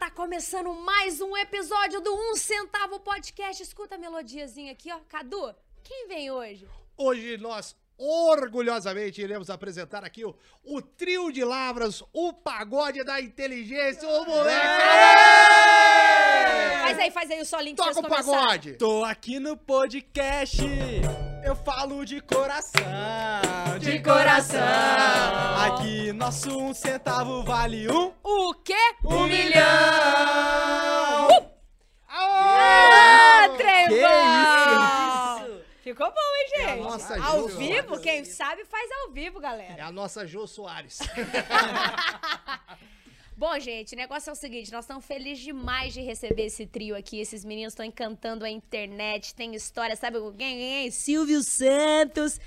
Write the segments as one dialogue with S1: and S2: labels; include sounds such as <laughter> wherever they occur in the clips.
S1: Tá começando mais um episódio do Um Centavo Podcast. Escuta a melodiazinha aqui, ó. Cadu, quem vem hoje?
S2: Hoje nós orgulhosamente iremos apresentar aqui o, o trio de lavras, o pagode da inteligência, o moleque!
S1: Faz aí, faz aí o solinho que
S2: Toca
S1: vocês
S2: o
S1: começaram.
S2: pagode!
S3: Tô aqui no podcast. Eu falo de coração,
S1: De coração.
S3: Aqui nosso um centavo vale um,
S1: O quê?
S3: um milhão.
S2: Uh!
S1: Ah,
S3: Que
S1: Trevão! Ficou bom, hein, gente?
S2: É a nossa
S1: ao
S2: Ju,
S1: vivo,
S2: Soares.
S1: quem sabe faz ao vivo, galera.
S2: É a nossa Jô Soares.
S1: Bom, gente, o negócio é o seguinte: nós estamos felizes demais de receber esse trio aqui. Esses meninos estão encantando a internet, tem história, sabe com quem? Quem? Silvio Santos.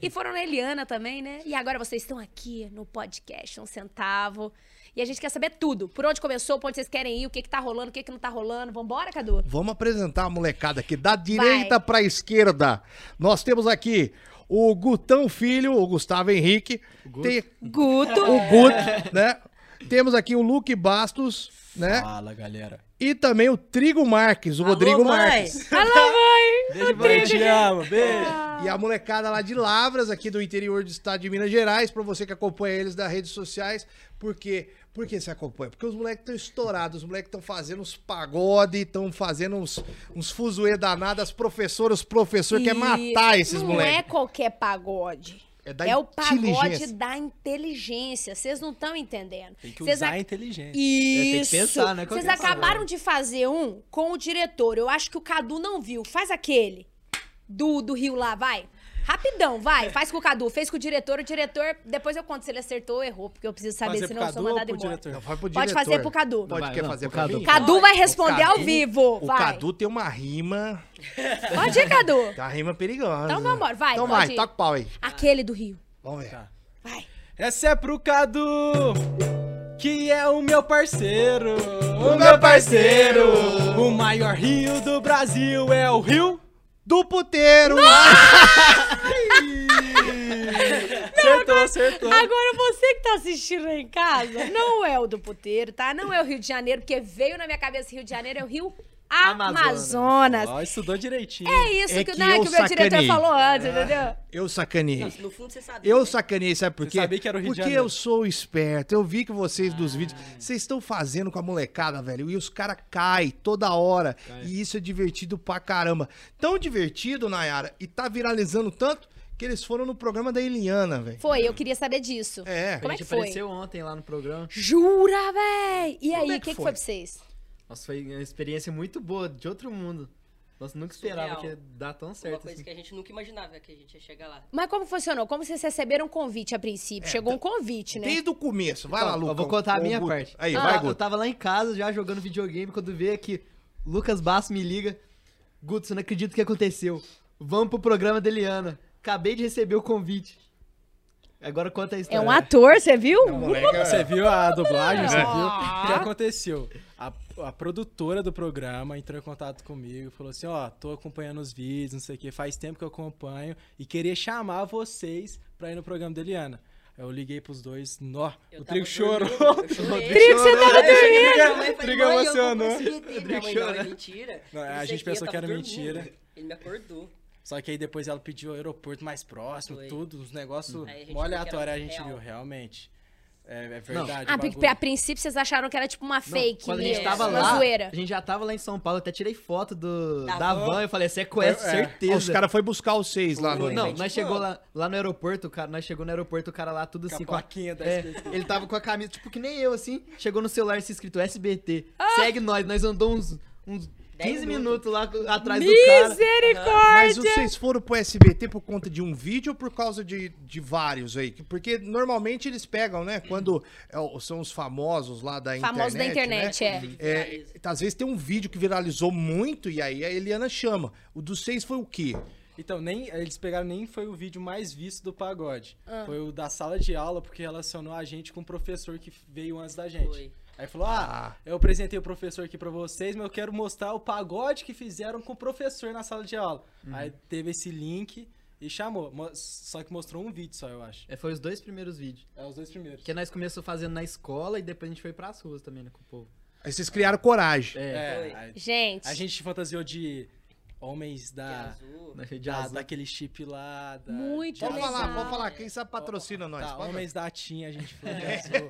S1: E foram na Eliana também, né? E agora vocês estão aqui no podcast, um centavo. E a gente quer saber tudo. Por onde começou, por onde vocês querem ir, o que, que tá rolando, o que, que não tá rolando. Vambora, Cadu?
S2: <laughs> Vamos apresentar a molecada aqui, da direita pra esquerda. Nós temos aqui o Gutão Filho, o Gustavo Henrique, tem
S1: Guto.
S2: o Gut, né? Temos aqui o Luke Bastos, né?
S3: Fala, galera.
S2: E também o Trigo Marques, o Rodrigo
S4: mãe.
S2: Marques.
S1: Alô, mãe!
S3: Beijo, mãe, te amo. Beijo.
S1: Ah.
S2: E a molecada lá de Lavras, aqui do interior do estado de Minas Gerais, pra você que acompanha eles das redes sociais, porque por que você acompanha? Porque os moleques estão estourados, os moleques estão fazendo uns pagode, estão fazendo uns, uns fuzuê danado, as professoras, os professores querem matar esses
S1: não é
S2: moleques.
S1: qualquer pagode.
S2: É da
S1: é o
S2: inteligência.
S1: pagode da inteligência. Vocês não estão entendendo.
S3: Tem que
S1: Vocês
S3: usar
S1: ac-
S3: a inteligência. É, Tem que
S1: Isso.
S3: pensar, né?
S1: Vocês acabaram de fazer um com o diretor. Eu acho que o Cadu não viu. Faz aquele do, do Rio lá, vai. Rapidão, vai. Faz com o Cadu. Fez com o diretor. O diretor, depois eu conto se ele acertou ou errou, porque eu preciso saber,
S3: Fazer
S1: senão
S3: pro
S1: eu sou
S3: Cadu ou
S1: mandado
S3: pro
S1: embora.
S3: diretor?
S2: Não, vai pro
S1: é Pode
S2: diretor.
S1: fazer pro Cadu.
S2: Pode
S3: Vai,
S2: quer
S3: não,
S2: fazer
S3: pro
S2: pra
S3: Cadu.
S2: mim?
S1: Cadu vai responder
S2: Cadu-
S1: ao vivo.
S2: O
S1: vai.
S2: Cadu tem uma rima,
S3: tá-
S1: Pode ir, Cadu.
S2: tem uma rima é perigosa.
S1: Então vambora, vai,
S2: Então
S1: pode
S2: vai,
S1: ir.
S2: toca o pau aí.
S1: Aquele do Rio.
S2: Vamos ver.
S3: Tá.
S1: Vai.
S3: Essa é pro Cadu, que é o meu parceiro. O meu parceiro. O maior rio do Brasil é o Rio.
S2: Do puteiro!
S3: Acertou, acertou.
S1: Agora, você que tá assistindo aí em casa, não é o do puteiro, tá? Não é o Rio de Janeiro, porque veio na minha cabeça Rio de Janeiro, é o Rio Amazonas.
S3: Ó, estudou direitinho.
S1: É isso
S2: É
S1: que,
S2: que
S1: não, é
S2: eu
S1: que o meu diretor
S2: sacanei.
S1: falou antes, entendeu?
S2: Eu sacaneei.
S4: No fundo você sabia.
S2: Eu
S4: né?
S2: sacaneei, sabe por
S3: Você
S2: quê?
S3: sabia que era o Rio de
S2: Porque
S3: Janeiro.
S2: eu sou esperto. Eu vi que vocês dos vídeos, vocês estão fazendo com a molecada, velho. E os caras caem toda hora. E isso é divertido pra caramba. Tão divertido, Nayara, e tá viralizando tanto que eles foram no programa da Eliana, velho.
S1: Foi, eu queria saber disso.
S2: É.
S1: Como
S5: a
S1: é que
S5: gente
S1: foi?
S5: apareceu ontem lá no programa.
S1: Jura, véi! E aí, o
S2: é
S1: que,
S2: que
S1: que foi
S2: foi?
S1: pra vocês?
S5: Nossa, foi uma experiência muito boa, de outro mundo. Nós nunca esperava
S4: Surreal.
S5: que ia dar tão
S4: Uma
S5: certo
S4: coisa
S5: assim.
S4: que é a gente nunca imaginava que a gente ia chegar lá.
S1: Mas como funcionou? Como vocês receberam um convite a princípio? Chegou um convite, né?
S2: Desde o começo. Vai lá,
S5: Então,
S2: Lucas.
S5: Eu vou contar a minha parte. Ah, tá.
S2: Aí,
S5: eu,
S2: vai,
S5: eu
S2: Guto.
S5: tava lá em casa já jogando videogame quando veio aqui. Lucas Basso me liga. Guto, você não acredita o que aconteceu. Vamos pro programa da Eliana. Acabei de receber o convite. Agora conta a
S1: É
S5: história.
S1: um ator, você viu?
S2: Moleque, é.
S3: Você viu a dublagem? Você viu?
S1: Ah.
S3: O que aconteceu? A, a produtora do programa entrou em contato comigo, falou assim: ó, tô acompanhando os vídeos, não sei o que, faz tempo que eu acompanho e queria chamar vocês pra ir no programa da Eliana. Aí Eu liguei pros dois, nó,
S4: Eu
S3: o
S4: tava
S3: Trigo chorou.
S4: dormindo, eu chorei.
S1: Trigo, você tava
S4: Aí eu cheguei
S3: dormindo.
S4: pra minha mãe e falei,
S3: Trigo
S4: "Mãe, eu
S3: emocionou.
S4: vou pro SBT". Minha mãe, não, é
S3: chorou.
S4: mentira.
S3: Não,
S4: Não
S3: a
S4: sei
S3: gente
S4: o quê, eu
S3: pensou
S4: tava
S3: que era
S4: dormindo.
S3: mentira.
S4: Ele me acordou.
S3: <laughs> Só que aí depois ela pediu o aeroporto mais próximo,
S4: Foi.
S3: tudo, uns negócios
S4: Aí a gente
S3: mó
S4: viu que era
S3: aleatórios, a gente
S4: real.
S3: viu, realmente. É, é verdade.
S1: Ah,
S3: o
S1: porque a
S3: bagulho.
S1: princípio vocês acharam que era tipo uma
S5: Não,
S1: fake
S5: quando a
S1: mesmo,
S5: gente tava
S1: uma
S5: lá,
S1: zoeira.
S5: a gente já tava lá em São Paulo, até tirei foto do,
S4: Da
S5: da,
S4: van.
S5: van. eu falei, sequestro,
S3: É.
S5: certeza.
S2: Os caras foram buscar os seis lá no.
S5: Não,
S4: Foi,
S5: nós
S4: tipo,
S5: chegou
S4: mano.
S5: lá, lá no aeroporto, o cara, nós chegou no aeroporto, o cara lá tudo
S3: Com a
S5: assim
S3: plaquinha da
S5: é,
S3: SBT.
S5: Ele tava com a camisa, tipo que nem eu assim, chegou no celular se escrito SBT.
S3: Ah!
S5: Segue nós, nós andou uns uns 15 minutos lá atrás do cara.
S1: Misericórdia!
S2: Mas vocês foram pro SBT por conta de um vídeo ou por causa de, de vários aí? Que- Porque normalmente eles pegam, né? Quando é, o- são os famosos lá da internet.
S1: Famoso da internet,
S2: né?
S1: é.
S2: É, às vezes tem um vídeo que viralizou muito e aí a Eliana chama. O dos seis foi o quê?
S3: Então, nem, eles pegaram nem foi o vídeo mais visto do pagode.
S4: Ah.
S3: Foi o da sala de aula, porque relacionou a gente com o professor que veio antes da gente.
S4: Foi.
S3: Aí falou: ah, eu apresentei o professor aqui pra vocês, mas eu quero mostrar o pagode que fizeram com o professor na sala de aula. Aí teve esse link e chamou. Mo- Só que mostrou um vídeo só, eu acho.
S5: É, foi os dois primeiros vídeos.
S3: É os dois primeiros.
S5: Porque nós começamos fazendo na escola e depois a gente foi pras ruas também, né, com o povo.
S2: Aí vocês criaram coragem.
S3: É,
S4: Foi.
S3: a-
S1: Gente,
S3: a, gente fantasiou de homens da,
S4: azul.
S5: Na rede
S3: da
S5: azul.
S3: daquele chip lá. Da,
S1: Muito
S3: de
S2: Pode
S1: legal.
S2: falar, pode falar. Quem sabe patrocina nós.
S3: Tá,
S2: Pode-
S3: homens da Tinha, a gente fantasiou.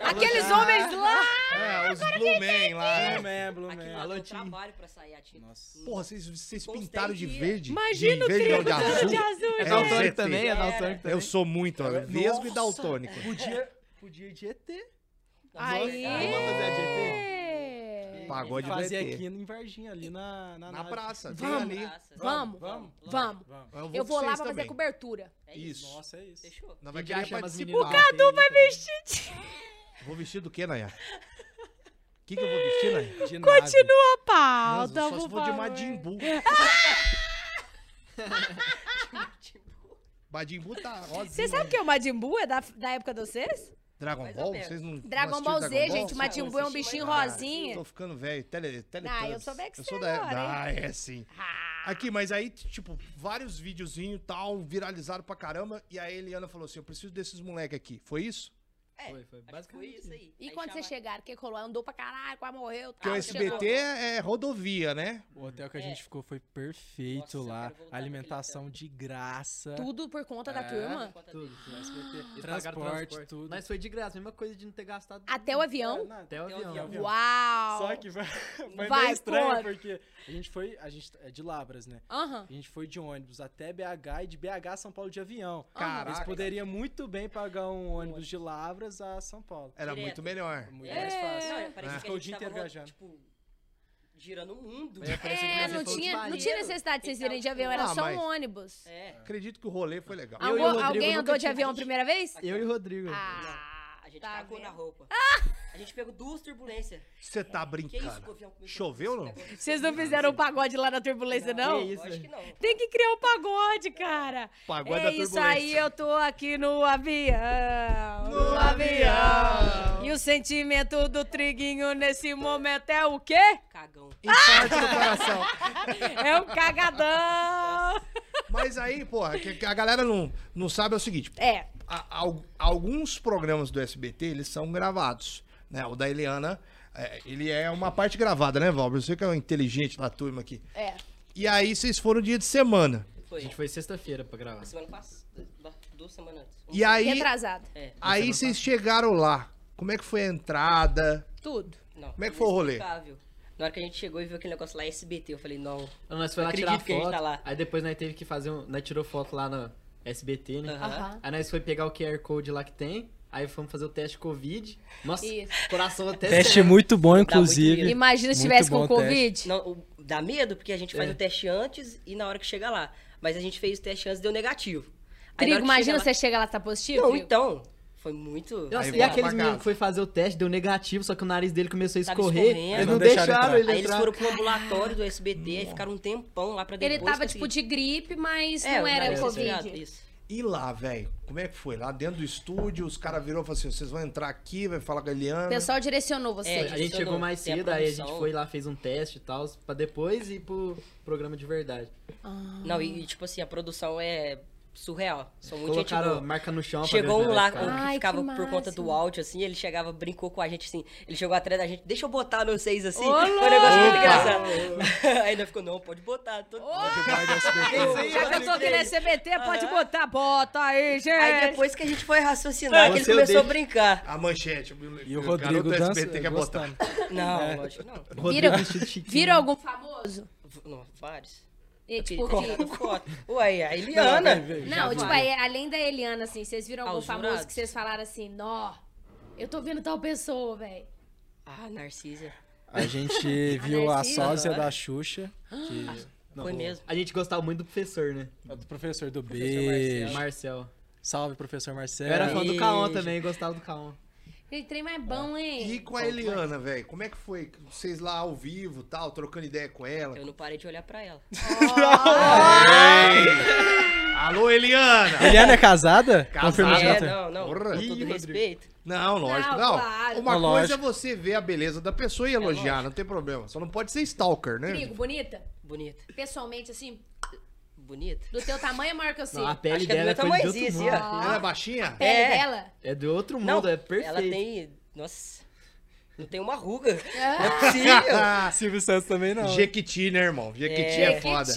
S1: aqueles homens lá.
S2: É, os Blue Man lá.
S1: é?
S3: Blue
S2: né?
S3: Man, Blue
S4: Aqui
S3: Man.
S4: dá um
S5: Alô, Tim.
S4: trabalho pra sair a tinta.
S3: Nossa.
S2: Porra, vocês, vocês
S4: Gostei
S2: pintaram de
S4: de-
S2: verde.
S1: Imagina o
S2: de verde,
S1: trio
S2: não, de azul.
S1: de azul.
S2: É,
S5: É
S2: gente.
S5: daltônico também? É daltônico também?
S2: Eu sou muito ó, vesgo e daltônico.
S5: Podia, podia ir de ET.
S1: Aí.
S5: Aí, vamos fazer a
S1: É.
S2: Pagode do
S3: Fazer
S2: ET.
S3: aqui no Varginha, ali na Na,
S2: Na
S3: nave.
S2: praça. tem
S1: Vamos.
S2: ali.
S1: Vamos,
S3: Vamos.
S1: vamos.
S3: Vamos.
S2: Eu vou,
S1: Eu vou
S2: com
S1: lá
S2: vocês
S1: pra fazer
S2: também.
S1: cobertura.
S2: Isso.
S3: Nossa, é isso.
S4: Fechou.
S2: Nós
S5: A
S2: vai
S5: gente
S2: querer
S5: chama as
S2: participar.
S5: meninas lá, tem
S3: vai mexer.
S2: Vou vestir do que, Naya? O que, que eu vou vestir, né? Naya?
S3: Continua.
S1: Uma pauta,
S2: Nossa, só se
S1: por
S2: for de
S1: favor.
S2: Madimbu. Madimbu tá rosinha.
S1: Você sabe o que é o Majin Buu? É da, da época de vocês?
S2: Dragon
S4: Mais ou
S2: Ball?
S4: menos.
S2: Vocês não não
S1: Dragon
S2: assistiram
S1: Ball Z,
S2: Dragon
S1: gente. O
S2: Ball?
S1: Majin Buu é um bichinho
S4: Cara,
S1: rosinha.
S2: Tô ficando velho. Tele, tele,
S1: Ah, eu sou
S2: Teletubbies.
S1: Baxter
S2: sou da
S1: agora,
S2: Ah, é sim. Aqui, mas aí, tipo, vários videozinhos e tal, viralizaram pra caramba. E aí a Eliana falou assim: eu preciso desses moleque aqui. Foi isso?
S4: É,
S5: Foi, foi.
S4: acho que
S5: Basicamente
S4: foi isso aí.
S1: E
S4: Aí
S1: quando vocês
S4: chama-
S1: chegaram, que colou, andou pra caralho, quase morreu.
S2: Porque o
S1: tal,
S2: SBT
S1: Ah, chegou.
S2: é rodovia, né?
S3: O hotel que a
S4: É.
S3: gente ficou foi perfeito
S4: Nossa, eu
S3: lá.
S4: quero voltar
S3: Alimentação de graça.
S1: Tudo por conta da
S3: É.
S1: turma?
S4: Conta
S5: Tudo. né,
S4: dele.
S5: Eles
S3: Transporte,
S5: pagaram transporte,
S3: tudo.
S5: Mas foi de graça, mesma coisa de não ter gastado.
S1: Ah, Até o avião?
S3: Não,
S5: Até o
S4: Até o
S5: avião.
S4: avião.
S1: Uau!
S3: É, Só que foi, <laughs> foi
S1: Vai,
S3: meio estranho,
S1: conta.
S3: porque a gente foi. A gente é de Labras, né?
S1: Aham.
S3: A gente foi de ônibus até BH e de BH a São Paulo de avião.
S2: Caraca.
S3: Eles poderiam muito bem pagar um ônibus de Lavras a São Paulo.
S2: Era
S4: Direto.
S2: muito melhor.
S3: Muito
S4: É.
S3: mais fácil.
S4: Não, parecia que
S3: Ficou
S4: a
S3: o dia
S4: gente tava,
S3: inteiro
S4: ro-
S3: viajando.
S4: tipo, girando o mundo.
S1: É, não
S5: Foi de
S1: tinha, não
S5: maneiro.
S1: tinha necessidade de vocês irem de avião, era
S2: Ah,
S1: só
S2: mas-
S1: um ônibus.
S4: É.
S2: Acredito que o rolê foi legal.
S5: Eu e
S1: Algu-
S5: o Rodrigo
S1: alguém
S5: nunca
S1: andou de
S5: tinha-
S1: avião a primeira vez?
S5: Eu e o Rodrigo.
S1: Ah,
S4: A gente
S1: tá
S4: cagou na
S1: vendo? Ah!
S4: roupa. A gente pegou duas turbulências.
S2: Você tá
S4: Que é isso,
S2: brincando.
S4: Covião? Comigo?
S2: Choveu ou não?
S1: Vocês não fizeram o pagode lá na turbulência, não?
S5: Que isso,
S4: Acho que não.
S1: Tem que criar um pagode, cara.
S2: Pagode
S1: é
S2: da
S1: isso
S2: turbulência.
S1: aí, eu tô aqui no avião.
S2: No avião.
S1: E o sentimento do Triguinho nesse momento é o quê?
S4: Cagão.
S2: Infarte no coração.
S1: É um cagadão.
S2: Mas aí, porra, que que a galera não, não sabe é o seguinte:
S1: É,
S2: a- al- alguns programas do SBT, eles são gravados, né? O da Eliana, é, ele é uma parte gravada, né, Valber? Você que é o inteligente da turma aqui.
S1: é.
S2: E aí vocês foram dia de semana.
S4: Foi.
S5: A gente foi sexta-feira pra gravar.
S4: Semana passada. Duas semanas antes.
S2: E aí,
S1: Retrasado.
S4: É.
S2: aí vocês chegaram lá. Como é que foi a entrada?
S1: Tudo.
S4: Não.
S2: Como é que foi o rolê?
S4: inexplicável. Na hora que a gente chegou e viu aquele negócio lá SBT, eu falei, não.
S5: Ah, Nós foi lá
S4: Acredito
S5: tirar
S4: que a gente
S5: foto.
S4: tá lá.
S5: Aí depois nós teve que fazer um. Nós tirou foto lá na SBT, né?
S4: Aham.
S5: Aí nós foi pegar o QR Code lá que tem. Aí fomos fazer o teste Covid. Nossa,
S1: Isso.
S5: coração até.
S3: Teste é muito bom,
S4: inclusive.
S3: inclusive.
S4: medo.
S1: Imagina se
S3: Muito
S1: tivesse com
S3: bom o teste.
S1: Covid.
S4: Não, o- dá medo, porque a gente faz
S5: É.
S4: o teste antes e na hora que chega lá. Mas a gente fez o teste antes e deu negativo. Aí na
S1: Trigo,
S4: hora que
S1: imagina
S4: chega
S1: você chega lá e tá positivo?
S4: lá... Não,
S1: Trigo?
S4: então. Foi muito. assim,
S5: Nossa,
S2: Aí
S5: e
S2: volta pra
S5: aqueles meninos
S2: casa.
S5: que foi fazer o teste, deu negativo, só que o nariz dele começou a
S4: Tava
S5: escorrer.
S4: escorrendo.
S5: Eles
S3: Não
S5: não
S3: deixaram
S5: deixaram
S3: entrar.
S5: ele
S4: Aí eles
S5: entrar.
S4: foram pro ambulatório do SBT, aí ficaram um tempão lá pra depois.
S1: Ele tava, tipo, de
S4: conseguir-
S1: gripe, mas
S4: É,
S1: não era
S4: nariz esfriado,
S1: Covid.
S4: Isso.
S2: E lá, velho? Como é que foi? Lá dentro do estúdio, os caras virou e falaram assim: vocês vão entrar aqui, vai falar com a Eliana.
S1: O pessoal direcionou
S4: É,
S5: A
S1: você.
S5: gente
S4: Isso
S5: chegou
S4: não-
S5: mais
S4: tem a
S5: cedo, aí a
S4: produção.
S5: gente foi lá, fez um teste e tal, pra depois ir pro programa de verdade.
S4: Não, e, e, tipo assim, a produção é surreal. São muito gente
S5: Colocaram
S4: boa.
S5: marca no chão pra
S4: Chegou
S5: ver
S4: um
S5: os
S4: lá
S5: negócios,
S4: um <laughs>
S5: cara.
S1: Ai,
S4: que
S1: que
S4: ficava por conta do
S1: máximo.
S4: áudio, assim, ele chegava, brincou com a gente, assim. Ele chegou atrás da gente, deixa eu botar vocês, assim.
S1: Ô,
S4: Foi um negócio muito
S1: louco!
S4: engraçado. <laughs> Aí nós ficou, não, pode botar. Tô...
S1: Tipo, Já que eu tô aqui no SBT, pode botar. Bota aí, gente.
S4: Aí depois que a gente foi raciocinar, que ele
S5: Você
S4: começou a
S2: <laughs>
S5: deixa.
S4: brincar.
S2: A manchete.
S3: E o Rodrigo
S2: garoto
S3: dança,
S2: SBT quer botar.
S3: gostando.
S4: Não, lógico, que não.
S1: Viram,
S5: Rodrigo vestido chiquinho.
S1: viram algum famoso?
S4: V- Não, vários.
S1: E,
S4: Eu
S1: tipo,
S4: queria
S1: que-
S4: ter
S1: <laughs>
S4: tirado foto. Ué, a Eliana.
S3: Não, vem, vem.
S1: Não,
S3: Já
S1: tipo,
S3: vai.
S1: aí, além da Eliana, assim, vocês viram
S4: Ah,
S1: algum
S4: os
S1: famoso
S4: jurados?
S1: que vocês falaram assim, nó, eu tô vendo tal pessoa, velho.
S4: Ah, Narcisa.
S3: A <laughs> gente viu a
S1: Narcisa,
S3: sósia
S4: né?
S3: da Xuxa, que
S5: Não,
S4: Foi
S5: o-
S4: mesmo.
S5: A gente gostava muito do professor, né?
S3: é do professor do
S4: Professor
S3: beijo.
S5: Marcel.
S3: Salve, professor Marcelo.
S5: Eu era fã do
S4: Beijo.
S5: Kaon também, gostava do Kaon.
S1: Aquele trem mais bom,
S2: E
S1: hein?
S2: com a Eliana, velho? Como é que foi? Vocês lá ao vivo tal, trocando ideia com ela?
S4: Eu não parei de olhar pra ela.
S2: Ei! Alô,
S3: <laughs>
S2: Eliana!
S3: Eliana é casada?
S2: Casada.
S3: Confirma
S4: É,
S3: já.
S4: não, não.
S2: Porra.
S4: Com
S2: Ih,
S4: todo
S2: Rodrigo.
S4: respeito.
S2: Não, lógico,
S1: Não,
S2: não.
S1: claro.
S2: Uma
S3: É
S2: coisa
S3: lógico.
S2: é você ver a beleza da pessoa e elogiar,
S4: lógico.
S2: não tem problema. Só não pode ser stalker, né?
S1: Trigo, bonita?
S4: Bonita.
S1: Pessoalmente, assim,
S4: Bonita.
S1: do teu tamanho é maior que eu sei.
S5: Não, a
S1: A
S5: pele
S4: Acho que é do
S5: dela é
S4: meu
S5: coisa de outro
S4: tamanhozinho,
S5: mundo.
S4: assim,
S2: Ela Ah, é baixinha?
S1: pele
S4: É.
S1: dela?
S5: É do outro mundo,
S4: Não,
S5: é perfeito.
S4: Ela tem. Nossa. Não tem uma ruga. Não é possível.
S3: Ah,
S2: <laughs>
S3: Silvio Santos também não.
S2: Jequiti, né, irmão? Jequiti é,
S1: É,
S2: foda.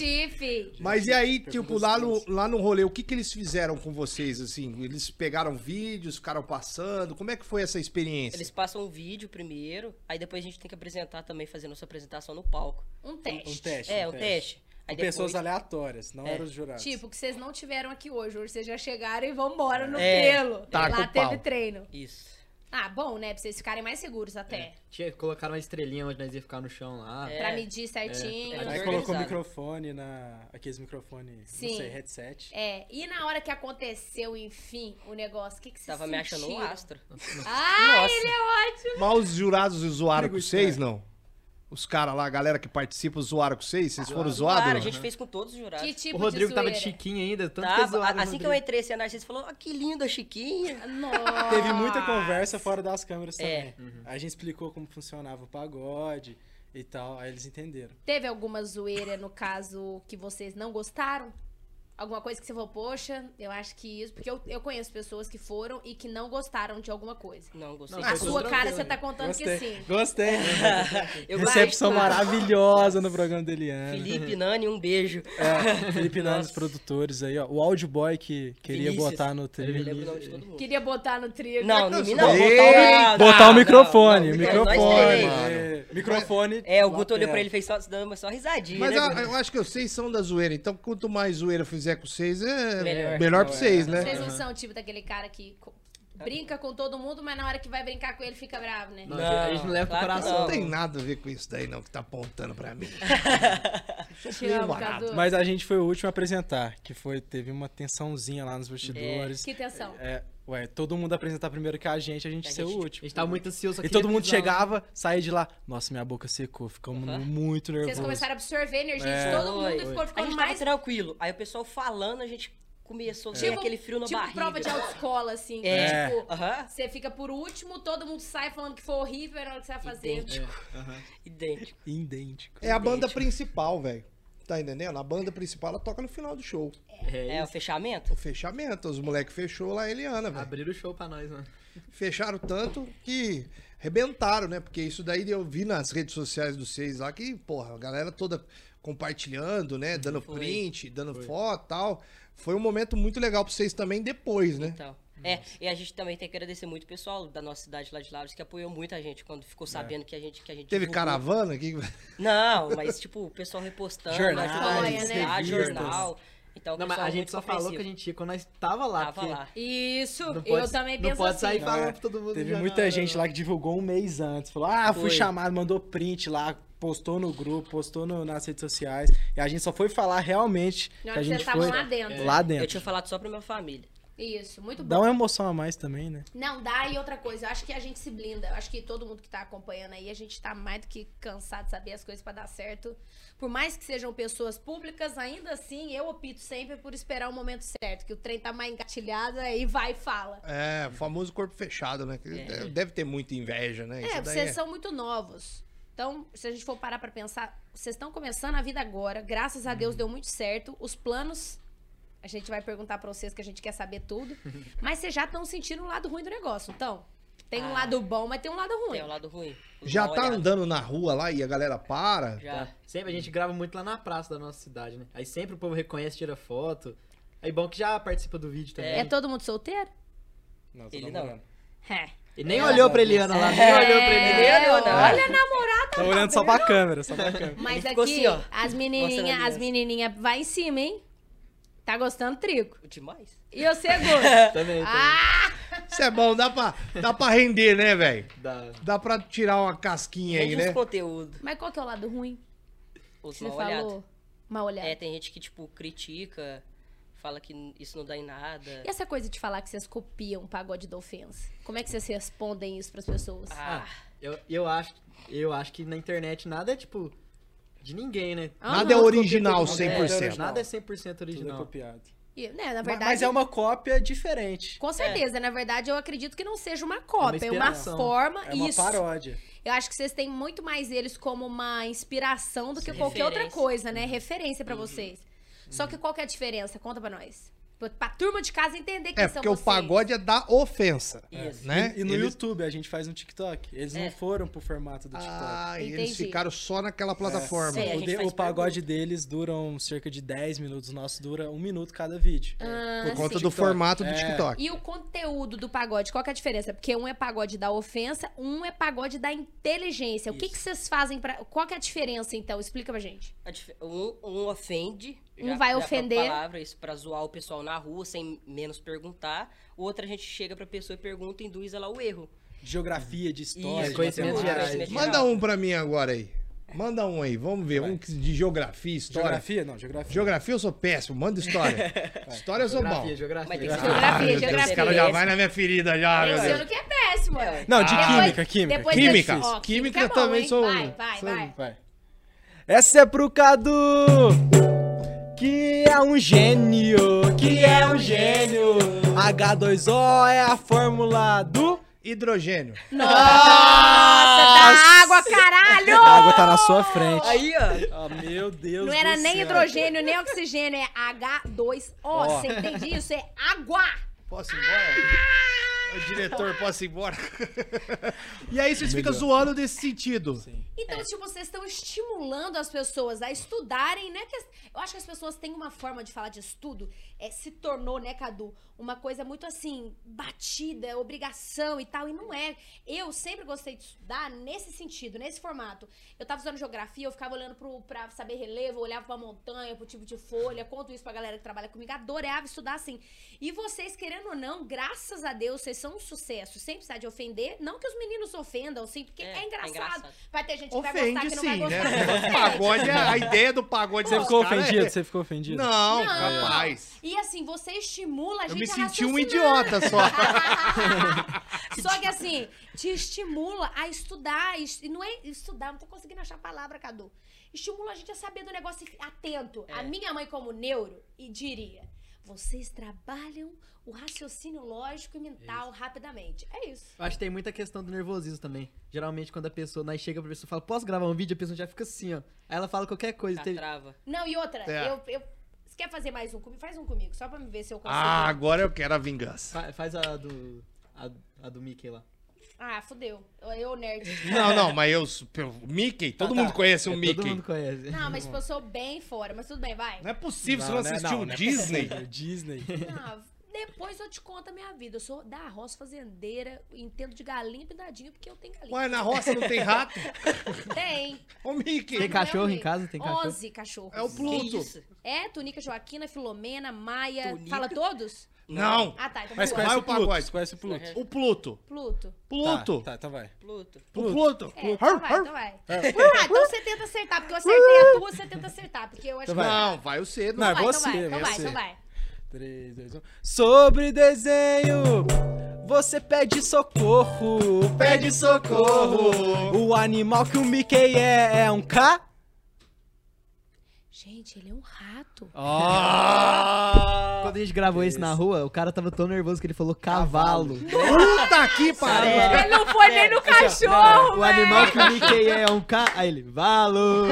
S2: Mas e aí, tipo, lá no, lá no rolê, o que, que eles fizeram com vocês, assim? Eles pegaram vídeos, ficaram passando? Como é que foi essa experiência?
S4: Eles passam um vídeo primeiro, aí depois a gente tem que apresentar também, fazer nossa apresentação no palco.
S1: Um
S3: Um
S1: teste.
S3: teste.
S4: É, um teste.
S3: Com
S4: Aí
S3: pessoas
S4: depois...
S3: aleatórias, não eram os jurados.
S1: Tipo, que vocês não tiveram aqui hoje. Hoje vocês já chegaram e vão embora no
S4: É.
S1: pelo.
S2: Taca
S1: Lá
S2: o
S1: teve
S2: tá pau.
S1: treino.
S4: Isso.
S1: Ah, bom, né? Pra vocês ficarem mais seguros até.
S5: Tinha que colocar uma estrelinha onde nós ia ficar no chão lá.
S1: Pra medir certinho.
S3: Aí
S4: É. Organizado.
S3: colocou o microfone na. Aqueles microfone, não
S1: Sim.
S3: sei, headset.
S1: É, e na hora que aconteceu, enfim, o negócio, o que, que vocês
S4: Tava me achando um
S1: sentiram?
S4: astro.
S1: Ai,
S4: Nossa.
S1: ele é ótimo!
S2: Mas os jurados zoaram com
S3: Amigo
S2: vocês,
S4: né?
S3: estranho.
S2: não? Os caras lá, a galera que participa, zoaram com vocês? Vocês foram zoados?
S4: Claro, Ah, a
S2: não?
S4: gente fez com todos os jurados.
S1: Que tipo
S5: o Rodrigo
S1: de
S5: tava de
S1: zoeira?
S5: chiquinho ainda, tanto que
S4: Tava,
S5: zoaram o
S4: assim que eu
S5: Rodrigo.
S4: entrei, assim, a Narcisa falou, ah, que linda, Chiquinha.
S1: Nossa.
S3: Teve muita conversa fora das câmeras
S4: É.
S3: também.
S5: Uhum.
S3: A gente explicou como funcionava o pagode e tal, aí eles entenderam.
S1: Teve alguma zoeira, no caso, que vocês não gostaram? Alguma coisa que você falou, poxa, eu acho que isso. Porque eu, eu conheço pessoas que foram e que não gostaram de alguma coisa.
S4: Não, gostei.
S1: A
S3: Não,
S1: sua
S3: gostei.
S1: cara, você tá contando que
S3: Gostei.
S1: sim.
S3: Gostei.
S4: <laughs> Eu
S3: Recepção
S4: gostei.
S3: maravilhosa no programa do Eliana.
S4: Felipe, Nani, um beijo.
S3: É, Felipe
S4: <laughs>
S3: Nanos, produtores aí, ó. O Audio Boy que queria
S4: Vinícius.
S3: botar no
S4: Eu
S3: trilho.
S4: lembro o nome de todo mundo.
S1: Queria botar no trio.
S4: Não, não, não.
S2: Ei,
S4: não,
S3: Botar
S4: não,
S3: o microfone,
S4: não, não, nós
S3: microfone.
S4: três.
S3: é, Microfone.
S4: É, o Guto
S3: lá
S4: olhou pra
S3: perto.
S4: ele e fez só, dando só risadinha,
S2: Mas
S4: né,
S2: a-
S4: Guto?
S2: eu acho que vocês são da zoeira, então quanto mais zoeira eu fizer com vocês, é melhor,
S4: Melhor.
S2: pra vocês, né?
S1: Vocês não são o tipo daquele cara que co- brinca com todo mundo, mas na hora que vai brincar com ele fica bravo, né?
S5: Não, a gente não leva pro
S4: claro que
S5: coração.
S2: Não tem nada a ver com isso daí, não, que tá apontando pra mim.
S1: Te amo,
S2: barato.
S1: Cadu.
S3: Mas a gente foi o último a apresentar, que foi teve uma tensãozinha lá
S4: É.
S3: nos bastidores.
S1: Que tensão.
S3: É, ué, todo mundo apresentar primeiro que a gente, a gente ser o
S5: A
S3: último.
S5: gente tava muito ansioso. só
S3: E
S5: queria
S3: todo mundo
S5: pisar lá.
S3: chegava, saía de lá, nossa, minha boca secou, ficamos
S4: Aham.
S3: muito nervoso.
S1: Vocês começaram a absorver a energia
S3: É.
S1: de todo mundo
S4: Foi.
S1: e ficou
S4: A
S1: ficando
S4: gente
S1: mais
S4: tava tranquilo. Aí o pessoal falando, a gente começou a ter
S1: Tipo-
S4: aquele frio na
S1: tipo
S4: barriga.
S1: prova de autoescola, assim. que
S4: É.
S1: Tipo,
S4: Aham.
S1: você fica por último, todo mundo sai falando que foi horrível, era o que você vai fazer.
S4: Idêntico. Idêntico.
S3: Idêntico.
S2: É a banda principal, velho. Tá entendendo? A banda principal ela toca no final do show.
S5: É,
S4: É, o fechamento?
S2: O fechamento, os moleques fechou lá a Eliana, velho.
S5: abriram o show pra nós, mano.
S2: Fecharam tanto que rebentaram, né? Porque isso daí eu vi nas redes sociais dos seis lá que, porra, a galera toda compartilhando, né? Dando print, dando foto e tal. Foi um momento muito legal pra vocês também depois, né?
S4: Então, é, e a gente também tem que agradecer muito o pessoal da nossa cidade lá de Lavras que apoiou muito a gente quando
S5: É.
S4: ficou sabendo que a gente que a gente
S2: Teve
S4: divulgou.
S2: caravana aqui. <laughs>
S4: Não, mas tipo, o pessoal repostando,
S3: Jornais,
S4: ajudando a
S1: né?
S4: divulgar,
S3: revistas.
S4: jornal. Então, o
S5: Não, mas
S4: pessoal
S5: a
S4: é
S5: gente
S4: muito
S5: só falou que a
S4: compreensivo.
S5: gente tá ia quando nós tava lá.
S4: tava
S5: porque
S4: lá.
S1: Isso,
S5: Não pode,
S1: eu também
S5: não
S1: penso
S5: pode sair
S1: assim.
S5: falando pra todo mundo.
S3: Teve
S5: já,
S3: muita
S5: não,
S3: gente
S5: não.
S3: lá que divulgou um mês antes. Falou, ah, fui
S4: Foi.
S3: chamado, mandou print lá, postou no grupo, postou no- nas redes sociais. E a gente só foi falar realmente que
S1: Na
S3: a
S1: hora que
S3: gente
S1: vocês estavam
S3: foi
S1: lá dentro.
S3: Lá
S4: Eu
S3: dentro.
S4: tinha falado só pra minha família.
S1: Isso, muito bom.
S3: Dá um- uma emoção a mais também, né?
S1: Não, dá e outra coisa, eu acho que a gente se blinda. Eu acho que todo mundo que tá acompanhando aí, a gente tá mais do que cansado de saber as coisas pra dar certo. Por mais que sejam pessoas públicas, ainda assim eu opto sempre por esperar o momento certo, que o trem tá mais engatilhado, aí vai e fala.
S2: É, o famoso corpo fechado, né? Que Deve ter muita inveja, né?
S1: É, vocês são muito novos. Então, se a gente for parar pra pensar, vocês estão começando a vida agora, graças a Deus
S4: Uhum.
S1: deu muito certo. Os planos, a gente vai perguntar pra vocês que a gente quer saber
S4: <laughs>
S1: tudo. mas vocês já estão sentindo o lado ruim do negócio. Então, tem um
S4: Ah.
S1: lado bom, mas tem um lado ruim.
S4: Tem o lado ruim. o
S2: Já
S4: mal
S2: tá
S4: olhado.
S2: andando na rua lá e a galera para.
S4: Já.
S5: tá, Sempre a gente grava muito lá na praça da nossa cidade, né? Aí sempre o povo reconhece, tira foto. Aí bom que já participa do vídeo também.
S1: É todo mundo solteiro?
S3: Não,
S4: Ele não. namorando.
S1: É.
S5: E nem olhou pra Eliana lá,
S4: É.
S5: nem olhou pra Eliana.
S4: Nem olhou, não.
S1: Olha a
S4: <laughs>
S1: namorada.
S3: Tá olhando só pra câmera, só pra câmera.
S1: Mas
S4: Ele ficou
S1: aqui,
S4: assim, ó,
S1: as menininhas,
S4: mostrando
S1: as
S4: as-
S1: menininhas, vai em cima, hein? Tá gostando do trigo.
S4: Demais.
S1: E
S4: <laughs>
S1: eu
S4: É.
S1: seguro.
S5: Também, também.
S4: Ah.
S2: Isso é bom, dá pra, dá pra render, né, velho?
S5: Da-
S2: Dá pra tirar uma casquinha aí,
S4: Rende uns
S2: né?
S4: conteúdos.
S1: Mas qual que é o lado ruim?
S4: Os
S1: que Você
S4: mal
S1: falou
S4: olhados.
S1: mal olhado.
S4: É, tem gente que, tipo, critica, fala que isso não dá em nada.
S1: E essa coisa de falar que vocês copiam o pagode da ofensa? Como é que vocês respondem isso pras pessoas?
S4: Ah,
S5: Eu, eu, acho, eu acho que na internet nada é tipo. De ninguém, né?
S1: Ah,
S2: Nada
S1: não,
S2: é original
S5: Nada é
S2: 100%.
S5: Nada é 100%
S3: Tudo é
S5: original.
S3: copiado.
S1: E, né, na
S3: Mas-
S1: verdade,
S3: Mas é uma cópia diferente.
S4: É.
S1: com certeza, na verdade, eu acredito que não seja uma cópia, é uma,
S5: inspiração.
S1: forma
S3: É uma
S1: isso.
S3: paródia.
S1: Eu acho que vocês têm muito mais eles como uma inspiração do que
S4: Sim.
S1: qualquer outra
S4: Referência. Uhum.
S1: coisa, né? Referência pra vocês. Só que qual que é a diferença? Conta pra nós. Pra, pra turma de casa entender quem
S2: É,
S1: são
S2: porque o
S1: Então vocês.
S2: pagode é da ofensa.
S4: Isso.
S2: Né?
S3: E, e no
S2: Eles-
S3: YouTube a gente faz um TikTok. Eles
S4: É.
S3: não foram pro formato do TikTok. É.
S2: Ah, e eles
S1: Entendi. é.
S2: ficaram só naquela plataforma.
S4: Sim, a
S3: o,
S4: gente
S3: de-
S4: faz
S3: o pagode deles duram cerca de 10 minutos, o nosso dura um minuto cada vídeo.
S1: Ah,
S2: Por conta
S1: sim.
S2: do formato do
S3: É.
S2: TikTok.
S1: E o conteúdo do pagode, qual que é a diferença? Porque um é pagode da ofensa, um é pagode da inteligência. O que,
S4: Isso.
S1: que vocês fazem pra. Qual que é a diferença, então? Explica pra gente.
S4: A dif- Um, um ofende.
S1: Um
S4: já-
S1: vai
S4: já a própria
S1: ofender.
S4: palavra, isso pra zoar o pessoal na rua, sem menos perguntar. O outro a gente chega pra pessoa e pergunta e induz ela ao erro.
S3: De Geografia, de história,
S4: Isso,
S3: de
S5: conhecimentos
S3: matemática.
S5: gerais.
S1: é
S4: conhecimento
S2: Manda
S4: geral.
S2: um pra mim agora aí. Manda um aí, vamos ver. Um que- de geografia, história. Geografia,
S3: Geografia? Não, geografia.
S2: eu sou péssimo, manda
S3: <laughs>
S2: história. história eu sou é bom.
S5: Geografia, geografia.
S4: Mas tem que
S5: geografia.
S4: ser-
S2: Ah, meu
S1: Geografia,
S2: Deus,
S1: geografia.
S2: Os caras já vai na minha ferida já, meu
S1: Esse
S2: Deus.
S1: ano que é péssimo, é.
S3: Não, de
S1: Depois-
S3: química, química.
S1: depois
S2: Química.
S1: eu te- ó,
S2: Química
S1: é
S2: eu também
S1: hein?
S2: sou- um,
S1: Vai, vai,
S2: sou-
S1: vai.
S3: Vai. Essa é pro Cadu, que é um gênio, que é um gênio. H2O é a fórmula do...
S2: Hidrogênio.
S1: Nossa, da água, caralho!
S3: A água tá na sua frente.
S4: Aí, ó.
S3: Ah, meu Deus
S1: Não era
S3: do
S1: nem
S3: céu.
S1: hidrogênio, nem oxigênio, é H2O.
S3: Ó.
S1: Você entende isso? É água!
S2: Posso ir embora? O diretor, posso ir embora? e aí vocês ficam zoando desse sentido.
S1: Então, tipo, vocês estão estimulando as pessoas a estudarem, né? Que as- Eu acho que as pessoas têm uma forma de falar de estudo, é, se tornou, né, Cadu, uma coisa muito assim, batida, obrigação e tal, e não é. Eu sempre gostei de estudar nesse sentido, nesse formato. Eu tava estudando geografia, eu ficava olhando pro, pra saber relevo, eu olhava pra montanha, pro tipo de folha, conto isso pra galera que trabalha comigo, adorava estudar assim. E vocês, querendo ou não, graças a Deus, vocês são um sucesso, sem precisar de ofender, não que os meninos ofendam, sim, porque é,
S4: É, é
S1: engraçado.
S4: engraçado.
S1: Vai ter gente que vai gostar
S2: Ofende
S1: que não
S2: sim,
S1: vai
S2: né?
S1: gostar.
S2: O Pagode, é, a ideia do pagode
S3: Você
S2: dos
S3: ficou
S2: caras é-
S3: ofendido? Você ficou ofendido?
S2: Não,
S1: Não.
S2: rapaz.
S1: E assim, você estimula a
S2: Eu
S1: gente é
S2: me
S1: a
S2: senti um
S1: raciocinar.
S2: idiota
S1: <laughs>
S2: só.
S1: Só que assim, te estimula a estudar. es- E não é estudar, não tô conseguindo achar a palavra, Cadu. Estimula a gente a saber do negócio e fi- atento. A minha mãe, como neuro, e diria: vocês trabalham o raciocínio lógico e mental rapidamente. É isso.
S5: Eu acho que tem muita questão do nervosismo também. Geralmente, quando a pessoa nós chega pra pessoa e fala, posso gravar um vídeo? A pessoa já fica assim, ó. Aí ela fala qualquer coisa.
S4: Tá
S5: Teve-
S4: trava.
S1: Não, e outra,
S2: É.
S1: eu, eu- Você quer fazer mais um comigo? Faz um comigo, só pra me ver se eu consigo.
S2: Ah, agora eu quero a vingança.
S5: Fa- Faz a do. A, a do Mickey lá.
S1: Ah, fudeu. Eu- Eu,
S2: <laughs>
S1: nerd.
S2: Não, não, mas eu. pelo Mickey, todo
S3: tá.
S2: mundo conhece o
S5: É,
S2: Mickey.
S5: Todo mundo conhece.
S1: Não, mas tipo, eu sou bem fora, mas tudo bem, vai.
S2: Não é possível, você não,
S3: né?
S2: assistiu
S3: Não,
S2: o
S3: não é
S2: Disney.
S3: possível, Disney.
S1: Ah, depois eu te conto a minha vida. Eu sou da roça fazendeira, entendo de galinha e pintadinho, porque eu tenho galinha.
S2: Ué, na roça não tem rato?
S1: Tem.
S2: Ô, Mickey.
S5: Tem cachorro em casa? Tem cachorro?
S1: 11 cachorros.
S2: É o Pluto.
S4: Que isso?
S1: É, Tunica, Joaquina, Filomena, Maia.
S4: Tunica?
S1: Fala todos?
S2: Não.
S1: Ah, tá. Então vamos
S3: Mas
S1: lá.
S3: conhece
S2: Vai
S3: o
S2: o
S3: Pluto,
S2: pagode.
S3: você conhece o
S1: é.
S3: Pluto.
S2: O
S1: Tá,
S2: Pluto.
S1: Pluto.
S2: Pluto.
S3: Tá, tá, então vai.
S4: Pluto.
S2: O Pluto.
S1: É, então vai, então vai. Ah, então você tenta acertar, porque eu acertei a tua, você tenta acertar, porque eu acho que...
S2: Não, Então vai o cedo.
S3: Não, é
S1: Então vai,
S3: você,
S1: então vai, então vai,
S3: você.
S1: então vai.
S3: 3, 2, 1. Sobre desenho, você pede socorro, pede socorro. O animal que o Mickey é é um K?
S1: Gente, ele é um rato.
S2: Ah!
S5: Quando a gente gravou isso na rua, o cara tava tão nervoso que ele falou cavalo.
S2: Puta que pariu!
S1: Ele não foi nem no cachorro,
S5: O animal que o Mickey é é um ca... Aí ele, valo!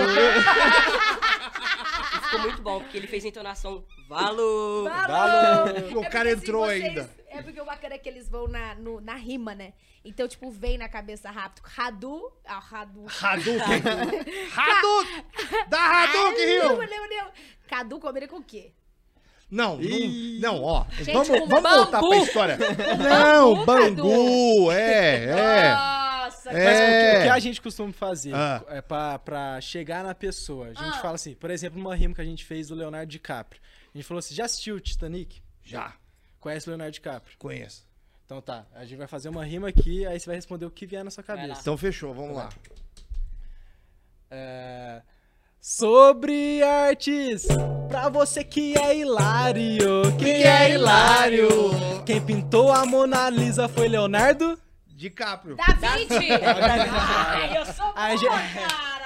S4: E ficou muito bom, porque ele fez a entonação. Valor!
S1: Falou!
S2: O cara
S1: porque, assim,
S2: entrou
S1: vocês-
S2: ainda.
S1: É porque o bacana é que eles vão na, no- na rima, né? Então, tipo, vem na cabeça rápido. Radu. Ah, Radu.
S2: Hadouken! <laughs> Hadouken! Dá Hadouken,
S1: Não,
S2: Rio!
S1: não, não. Cadu combina com o quê?
S2: Não, não,
S5: Ih.
S2: não, ó.
S1: Gente,
S2: vamos
S1: com
S2: vamos voltar
S1: bambu.
S2: pra história. Não,
S1: bambu, Ah.
S2: Bangu! É, é.
S1: Nossa,
S2: É.
S3: Mas o que, o que a gente costuma fazer
S2: Ah.
S3: é pra, pra chegar na pessoa? A gente
S1: Ah.
S3: fala assim, por exemplo, uma rima que a gente fez do Leonardo DiCaprio. A gente falou assim: já assistiu o Titanic?
S2: Já,
S3: Conhece o Leonardo DiCaprio?
S2: conheço.
S3: Então tá, a gente vai fazer uma rima aqui, aí você vai responder o que vier na sua
S4: Vai
S3: cabeça.
S2: Então fechou, vamos lá.
S3: É, Sobre artes, pra você que é hilário, que é hilário. Quem pintou a Mona Lisa foi Leonardo?
S2: DiCaprio.
S1: Da Vinci! Ai, eu sou boa,
S3: A gente-
S1: cara!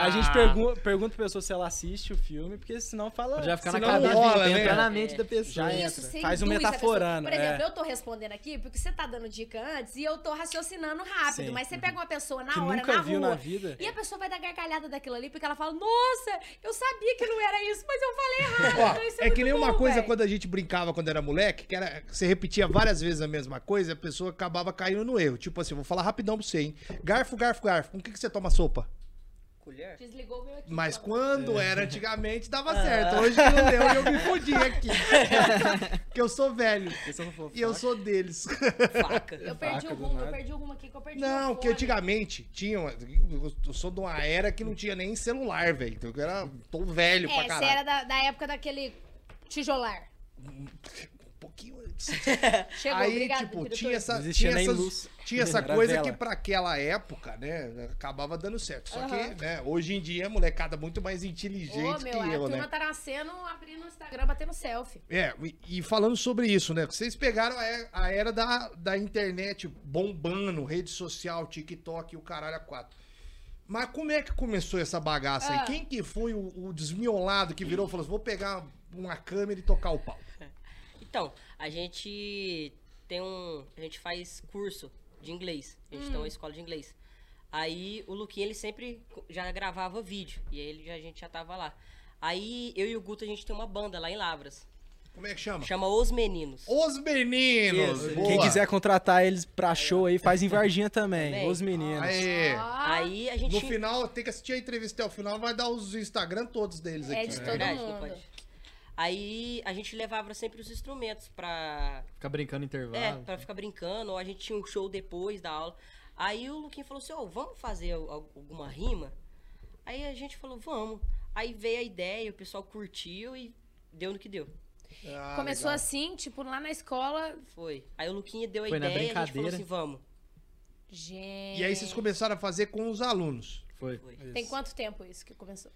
S3: A gente pergunta, pergunta pra pessoa se ela assiste o filme, porque senão fala.
S5: Já fica na
S3: senão
S5: cabeça,
S2: rola,
S5: entra
S2: né?
S5: na mente
S4: É.
S5: da pessoa.
S3: Já entra.
S1: Isso, sem
S3: Faz um
S1: dúvida, pessoa.
S3: metaforando.
S1: Por exemplo,
S3: é.
S1: eu tô respondendo aqui porque você tá dando dica antes e eu tô raciocinando rápido.
S3: Sim.
S1: Mas você pega uma pessoa na
S3: Que
S1: hora,
S3: nunca
S1: na
S3: viu
S1: rua,
S3: na vida.
S1: e a pessoa vai dar gargalhada daquilo ali porque ela fala, nossa, eu sabia que não era isso, mas eu falei errado.
S2: Ó,
S1: então isso
S2: é que
S1: muito
S2: nem uma
S1: bom,
S2: coisa
S1: véi."
S2: quando a gente brincava quando era moleque, que era, você repetia várias vezes a mesma coisa, a pessoa acabava caindo no erro. Tipo assim, vou falar rapidão pra você, hein? Garfo, garfo, garfo. Com o que, que você toma sopa?
S4: Colher?
S1: Desligou o meu aqui. então.
S2: Mas
S1: ó.
S2: quando era antigamente, dava
S1: Ah.
S2: certo. Hoje que não deu e eu me fodi
S1: <laughs>
S2: aqui. Porque eu sou velho. E eu sou deles.
S4: Faca.
S1: Eu perdi
S3: Vaca
S1: o
S3: do
S1: rumo, eu
S3: nada.
S1: perdi o rumo aqui que eu perdi o
S2: Não,
S1: meu
S2: porque
S1: fone.
S2: antigamente tinha. uma- Eu sou de uma era que não tinha nem celular, velho. Então eu era. tô velho pra
S1: É, você
S2: caralho.
S1: era da, da época daquele tijolar.
S2: Um pouquinho antes.
S1: Chegou,
S2: aí,
S1: obrigado,
S2: tipo,
S1: diretor.
S2: tinha essa,
S3: Não existia
S2: tinha
S3: nem
S2: essas-
S3: luz.
S2: tinha essa
S3: Era
S2: coisa
S3: vela.
S2: que pra aquela época, né, acabava dando certo. Só
S1: Aham.
S2: que, né, hoje em dia, a molecada é muito mais inteligente
S1: Ô,
S2: que
S1: meu, a
S2: eu,
S1: turma
S2: né?
S1: tá nascendo, abrindo o Instagram, batendo selfie.
S2: É, e e falando sobre isso, né? Vocês pegaram a e- a era da, da internet bombando, rede social, TikTok e o caralho a quatro. Mas como é que começou essa bagaça
S1: Ah.
S2: aí? Quem que foi o, o desmiolado que virou e falou assim, vou pegar uma câmera e tocar o pau?
S4: Então, a gente tem um. A gente faz curso de inglês. A gente tem uma escola de inglês. Aí o Luquinha, ele sempre co- já gravava vídeo. E aí ele já- a gente já tava lá. Aí eu e o Guto, a gente tem uma banda lá em Lavras.
S2: Como é que chama?
S4: Chama Os Meninos.
S2: Os Meninos!
S3: Isso.
S2: boa.
S3: Quem quiser contratar eles pra show aí, faz em Varginha também.
S4: Também.
S3: Os meninos.
S2: Aê.
S1: Ó,
S4: Aí a gente.
S2: No final, tem que assistir a entrevista até o final, vai dar os Instagram todos deles
S1: É
S2: aqui.
S1: de
S2: né?
S1: todo
S4: Verdade,
S1: mundo.
S4: não pode. Aí a gente levava sempre os instrumentos pra.
S5: Ficar brincando no intervalo.
S4: É, pra ficar brincando, ou a gente tinha um show depois da aula. Aí o Luquinho falou assim, ó, vamos fazer al- al- alguma rima? Aí a gente falou, vamos. Aí veio a ideia, o pessoal curtiu e deu no que deu.
S2: Ah,
S1: Começou
S2: legal.
S1: assim, tipo, lá na escola.
S4: Foi. Aí o Luquinha deu a
S5: Foi na
S4: ideia e a gente falou
S5: brincadeira.
S4: assim, vamos.
S1: Gente.
S2: E aí vocês começaram a fazer com os alunos.
S5: Foi.
S4: Foi.
S1: Tem quanto tempo isso que começou?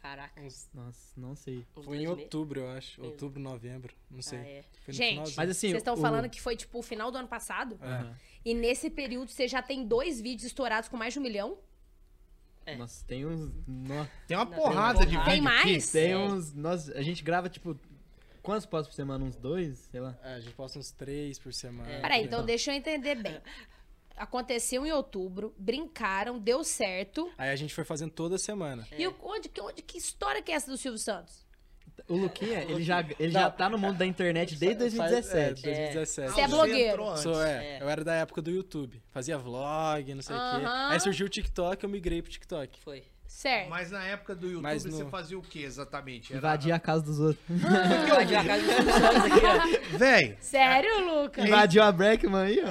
S4: Caraca. uns
S5: Nossa, não sei.
S3: Foi em
S4: dois meses.
S3: outubro, eu acho. Outubro, novembro. Não sei.
S4: Ah, é.
S3: Foi no
S1: Gente,
S3: finalzinho.
S5: Mas assim,
S1: vocês estão
S5: o-
S1: falando que foi, tipo, o final do ano passado?
S5: É.
S3: É.
S1: E nesse período você já tem dois vídeos estourados com mais de um milhão?
S4: É.
S5: Nossa, tem uns. nó-
S2: Tem uma
S4: Não, tem
S2: porrada
S1: Tem
S2: de
S4: uma porrada.
S2: vídeo aqui.
S1: mais?
S5: Tem
S4: É.
S5: uns. Nós, a gente grava, tipo, quantos postos por semana? Uns dois? Sei lá.
S3: É, a gente posta uns três por semana.
S1: Peraí, então deixa eu entender bem. Aconteceu em outubro, brincaram, deu certo.
S3: Aí a gente foi fazendo toda semana.
S1: E o- onde, que- onde que história que é essa do Silvio Santos?
S5: O Luquinha, ele já, ele já tá no mundo da internet desde
S3: Faz-
S5: 2017.
S3: É, 2017.
S1: Você é
S2: Ah, você
S1: blogueiro.
S2: entrou antes.
S3: Sou, é. Eu era da época do YouTube. Fazia vlog, não sei o quê.
S1: Aham.
S3: Aí surgiu o TikTok, eu migrei pro
S2: <laughs>
S3: TikTok.
S4: Foi.
S1: Certo.
S2: Mas na época do YouTube
S3: Mas no-
S2: você fazia o que exatamente? Era...
S5: Invadir a casa dos outros.
S4: Invadiu a casa dos funcionários aqui,
S2: Véi,
S1: Sério, Lucas?
S5: Invadiu a Breckman aí, ó.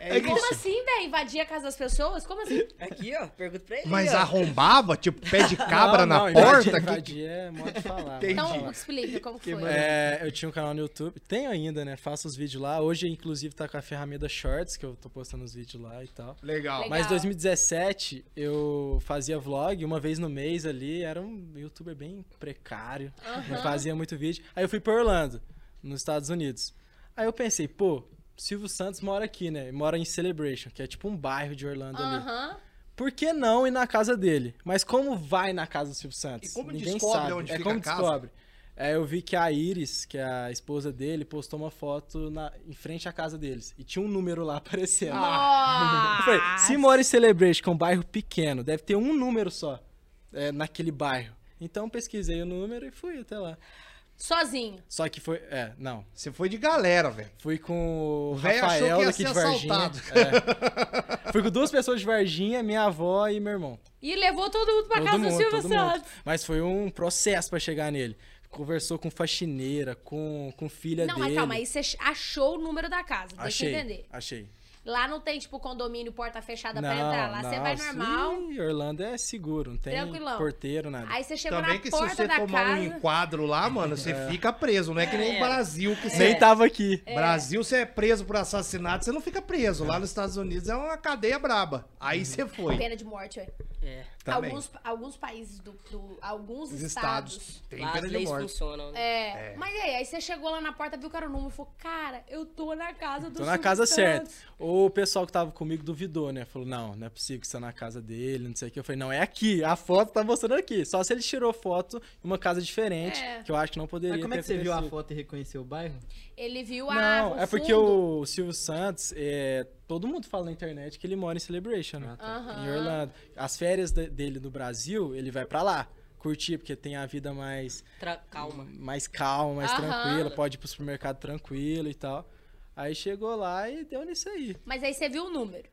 S2: é
S1: Como
S2: isso.
S1: assim, velho? Invadir a casa das pessoas? Como assim?
S4: ó. Aqui, ó. Pergunta pra ele.
S2: Mas
S4: ó.
S2: arrombava, tipo, pé de cabra
S3: <laughs> Não,
S2: na
S3: não,
S2: porta?
S3: Invadir,
S2: que-
S3: invadir é modo
S2: <laughs>
S3: de falar.
S2: Entendi.
S3: modo de
S1: Então,
S3: falar.
S1: explica como que foi.
S3: É, eu tinha um canal no YouTube, tenho ainda, né? Faço os vídeos lá. Hoje, inclusive, tá com a ferramenta Shorts, que eu tô postando os vídeos lá e tal.
S2: Legal.
S1: Legal.
S3: Mas 2017 eu fazia vlog uma vez no mês ali, era um youtuber bem precário, não fazia muito vídeo. Aí eu fui pra Orlando, nos Estados Unidos. Aí eu pensei, pô, Silvio Santos mora aqui, né? Mora em Celebration, que é tipo um bairro de Orlando ali.
S1: Aham.
S3: Por que não ir na casa dele? Mas como vai na casa do Silvio Santos?
S2: E como descobre onde
S3: é
S2: fica
S3: como
S2: a casa?
S3: descobre. É, eu vi que a Iris, que é a esposa dele, postou uma foto na- em frente à casa deles. E tinha um número lá <laughs> aparecendo. Eu falei, se mora em Celebration, que é um bairro pequeno, deve ter um número só é, naquele bairro. Então pesquisei o número e fui até lá.
S1: Sozinho.
S3: Só que foi. É, não.
S2: Você foi de galera, velho.
S3: Fui com o
S2: O velho achou
S3: Rafael
S2: que ia
S3: daqui
S2: ser
S3: de Varginha.
S2: assaltado.
S3: É. Fui com duas pessoas de Varginha, minha avó e meu irmão.
S1: E levou todo mundo pra
S3: Todo
S1: casa do
S3: mundo,
S1: Silvio
S3: todo mundo.
S1: Santos.
S3: Mas foi um processo pra chegar nele. Conversou com faxineira, com, com filha
S1: Não,
S3: dele.
S1: mas calma, aí você achou o número da casa. Deixa
S3: Achei,
S1: eu entender.
S3: achei.
S1: Lá não tem, tipo, condomínio, porta fechada
S3: não,
S1: pra entrar. Lá você
S3: não,
S1: vai normal.
S3: sim, Orlando é seguro, não tem
S1: Tranquilão.
S3: porteiro, nada.
S1: Aí você chegou
S2: Também
S1: na
S2: que se
S1: porta
S2: você
S1: da
S2: tomar um
S1: casa.
S2: enquadro lá, mano, você fica preso. Não é que nem o Brasil que você...
S1: É.
S3: Nem tá tava aqui.
S2: Brasil, você é preso por assassinato, você não fica preso. Lá nos Estados Unidos é uma cadeia braba. Aí você foi.
S1: Pena de morte, ué.
S4: É.
S2: Também.
S1: Alguns, alguns países do. do- alguns
S2: Os
S1: estados.
S2: estados. Tem
S4: Lá as
S2: pena de
S4: leis
S2: morte.
S4: funcionam, né?
S1: É. Mas e aí, aí você chegou lá na porta, viu que era o número e falou: Cara, eu tô na casa do tá?
S3: Tô na casa
S1: Santos."
S3: certa. O pessoal que tava comigo duvidou, né? Falou, não, não é possível que você tá na casa dele, não sei o que. Eu falei, não, é aqui. A foto tá mostrando aqui. Só se ele tirou foto em uma casa diferente,
S1: É.
S3: que eu acho que não poderia
S5: Mas como é
S3: ter
S5: que você viu a
S3: acontecido.
S5: foto e reconheceu o bairro?
S1: Ele viu a.
S3: Não,
S1: o
S3: é porque
S1: fundo.
S3: o Silvio Santos, é, todo mundo fala na internet que ele mora em Celebration,
S2: Ah,
S3: né?
S2: tá.
S1: Aham.
S3: Em Orlando. As férias de- dele no Brasil, ele vai pra lá curtir, porque tem a vida mais
S4: Tra- Calma.
S3: mais calma, mais
S1: Aham.
S3: tranquila, pode ir pro supermercado tranquilo e tal. Aí chegou lá e deu nisso aí.
S1: Mas aí você viu o número.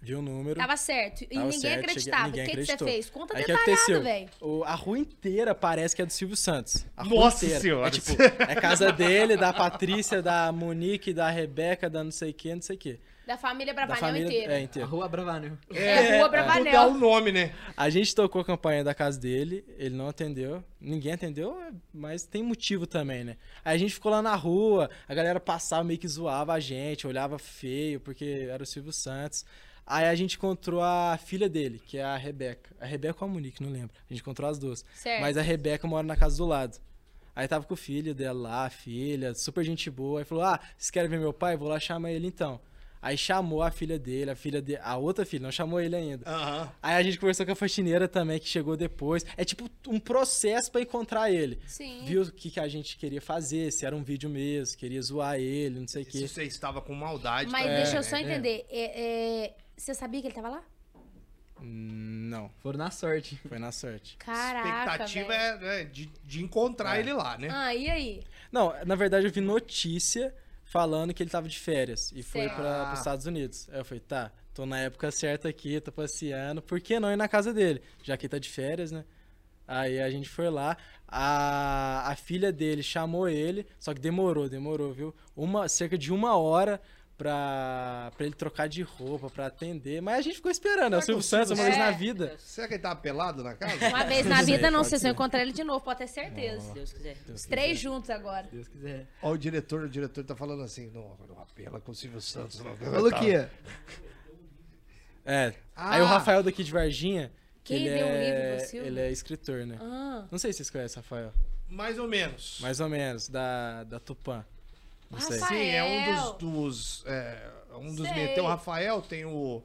S3: Viu o número.
S1: Tava certo. E
S3: tava
S1: ninguém
S3: certo,
S1: acreditava.
S3: cheguei- ninguém
S1: o que, que você
S3: acreditou.
S1: fez? Conta
S3: Aí o que
S1: detalhado,
S3: aconteceu?
S1: velho.
S3: O- a rua inteira parece que é do Silvio Santos. A rua
S2: Nossa
S3: inteira.
S2: Senhora.
S3: É tipo, é casa dele, da Patrícia, da Monique, da Rebeca, da não sei quem, não sei o quê.
S1: Da família
S3: Da
S1: Bravanel inteira. É,
S3: É, então.
S5: A
S3: inteira.
S5: rua Bravanel.
S2: É,
S1: rua
S2: Vou dar o
S1: Bravanel.
S2: nome, né?
S3: A gente tocou a campanha da casa dele, ele não atendeu, ninguém atendeu, mas tem motivo também, né? Aí a gente ficou lá na rua, a galera passava meio que zoava a gente, olhava feio, porque era o Silvio Santos. Aí a gente encontrou a filha dele, que é a Rebeca. A Rebeca ou a Monique, não lembro. A gente encontrou as duas.
S1: Certo.
S3: Mas é a Rebeca mora na casa do lado. Aí tava com o filho dela lá, a filha, super gente boa. Aí falou: Ah, vocês querem ver meu pai? Vou lá chamar ele então. Aí chamou a filha dele, a filha de... a outra filha, não chamou ele ainda.
S2: Aham.
S3: Aí a gente conversou com a faxineira também, que chegou depois. É tipo um processo pra encontrar ele.
S1: Sim.
S3: Viu o que, que a gente queria fazer, se era um vídeo mesmo, queria zoar ele, não sei o
S2: Se
S3: quê.
S2: você estava com maldade.
S1: Mas
S2: também,
S1: deixa eu
S2: né?
S1: só
S3: é.
S1: entender. é, é, Você sabia que ele tava lá?
S3: Hum, Não,
S5: Foram na sorte.
S3: foi na sorte.
S1: Caraca.
S2: expectativa
S1: velho.
S2: é né, de, de encontrar ele lá, né?
S1: Ah, e aí?
S3: Não, na verdade eu vi notícia falando que ele tava de férias e foi
S1: Certo.
S3: para
S2: Ah.
S3: os Estados Unidos. Aí eu falei, tá, tô na época certa aqui, tô passeando, por que não ir na casa dele? Já que ele tá de férias, né? Aí a gente foi lá, a, a filha dele chamou ele, só que demorou, demorou, viu? Uma, cerca de uma hora pra, pra ele trocar de roupa, pra atender. Mas a gente ficou esperando, é o
S2: Será que
S3: Silvio
S2: o
S3: Santos uma
S1: Silvio-
S3: vez na
S1: É.
S3: vida.
S2: Será que ele tava pelado na casa?
S1: Uma vez na vida, não
S3: pode
S1: sei se
S3: ser.
S1: eu encontrar ele de novo, pode ter certeza.
S4: Se Deus quiser.
S1: Os três juntos agora.
S5: Se Deus quiser.
S2: <laughs> Ó, o diretor, o diretor tá falando assim, não, não apela com o Silvio Santos. <laughs> Não,
S5: Ô, Luquinha,
S3: É.
S2: Ah.
S3: Aí o Rafael daqui de Varginha.
S1: Quem
S3: ele
S1: deu o
S3: é...
S1: livro do Silvio?
S3: Ele é escritor, né?
S1: Ah,
S3: Não sei se vocês conhecem, Rafael.
S2: Mais ou menos.
S3: Mais ou menos, da, da Tupã. Não sei.
S1: Rafael.
S2: Sim, é um dos, dos é, um dos...
S1: Sei.
S2: Tem o Rafael, tem o,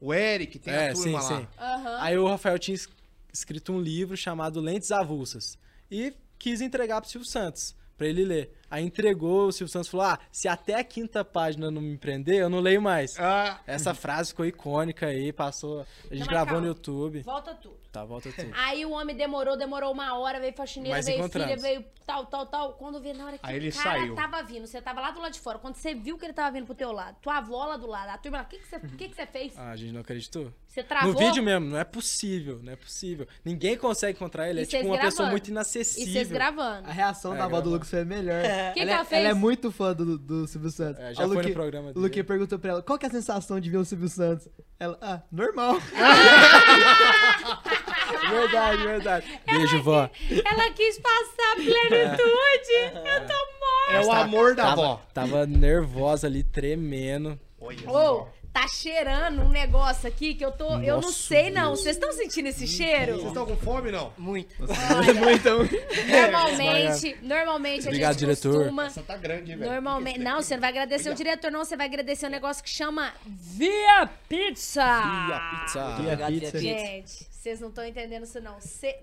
S2: o Eric, tem a
S3: É, sim,
S2: turma lá.
S3: sim.
S1: aham.
S3: Aí o Rafael tinha es- escrito um livro chamado Lentes Avulsas. E quis entregar pro Silvio Santos, pra ele ler. Aí entregou, o Silvio Santos falou: Ah, se até a quinta página não me prender, eu não leio mais.
S2: Ah,
S3: Essa frase ficou icônica aí, passou. A gente
S1: mas
S3: gravou
S1: calma. Ah.
S3: no YouTube.
S1: Volta tudo.
S3: Tá, volta tudo.
S1: Aí o homem demorou, demorou uma hora, veio faxineira,
S3: Mas
S1: veio filha,
S3: encontramos.
S1: veio tal, tal, tal. Quando veio na hora que
S2: Aí ele
S1: o cara
S2: saiu.
S1: tava vindo, você tava lá do lado de fora, quando você viu que ele tava vindo pro teu lado, tua avó lá do lado, a turma lá, o que que você, que que você fez?
S3: Ah, a gente não acreditou?
S1: Você travou?
S3: No vídeo mesmo, não é possível, não é possível. Ninguém consegue encontrar ele,
S1: E
S3: é tipo
S1: vocês
S3: uma pessoa
S1: gravando.
S3: muito
S1: E vocês
S3: inacessível.
S1: gravando. tá
S5: a reação
S3: É,
S5: da avó do
S3: gravado.
S5: Lucas foi a melhor.
S1: que
S5: ela,
S1: ela
S5: é-
S1: fez?
S5: é muito fã do, do Silvio Santos.
S3: É, já
S5: A
S3: foi no
S5: Luque-
S3: programa
S5: O
S3: dele.
S5: Luque perguntou pra ela, qual que é a sensação de ver o Silvio Santos? Ela, ah,
S1: <laughs>
S5: normal.
S3: Verdade, verdade. Beijo, vó.
S1: Ela quis passar a
S3: É.
S1: plenitude. Eu tô morta.
S2: é o
S3: Tá-
S2: amor da
S3: tava,
S2: avó.
S3: Tava nervosa ali, tremendo.
S2: Olha
S1: Ô, tá cheirando um negócio aqui que eu tô. eu não
S3: Nossa,
S1: sei, não. Vocês estão sentindo esse cheiro?
S2: Vocês estão com fome, não?
S4: Muito.
S1: Ah, é
S5: então,
S1: Normalmente, normalmente a
S3: Obrigado,
S1: gente
S3: diretor. é
S1: costuma.
S2: Essa tá grande, hein, velho. é
S1: Normalmente. Não, você não vai agradecer o diretor, não. Você vai agradecer um negócio que chama Via Pizza.
S3: Ah, Pizza.
S5: E a
S4: Obrigado,
S5: pizza?
S4: Pizza.
S1: Gente, vocês não estão entendendo isso, não. Você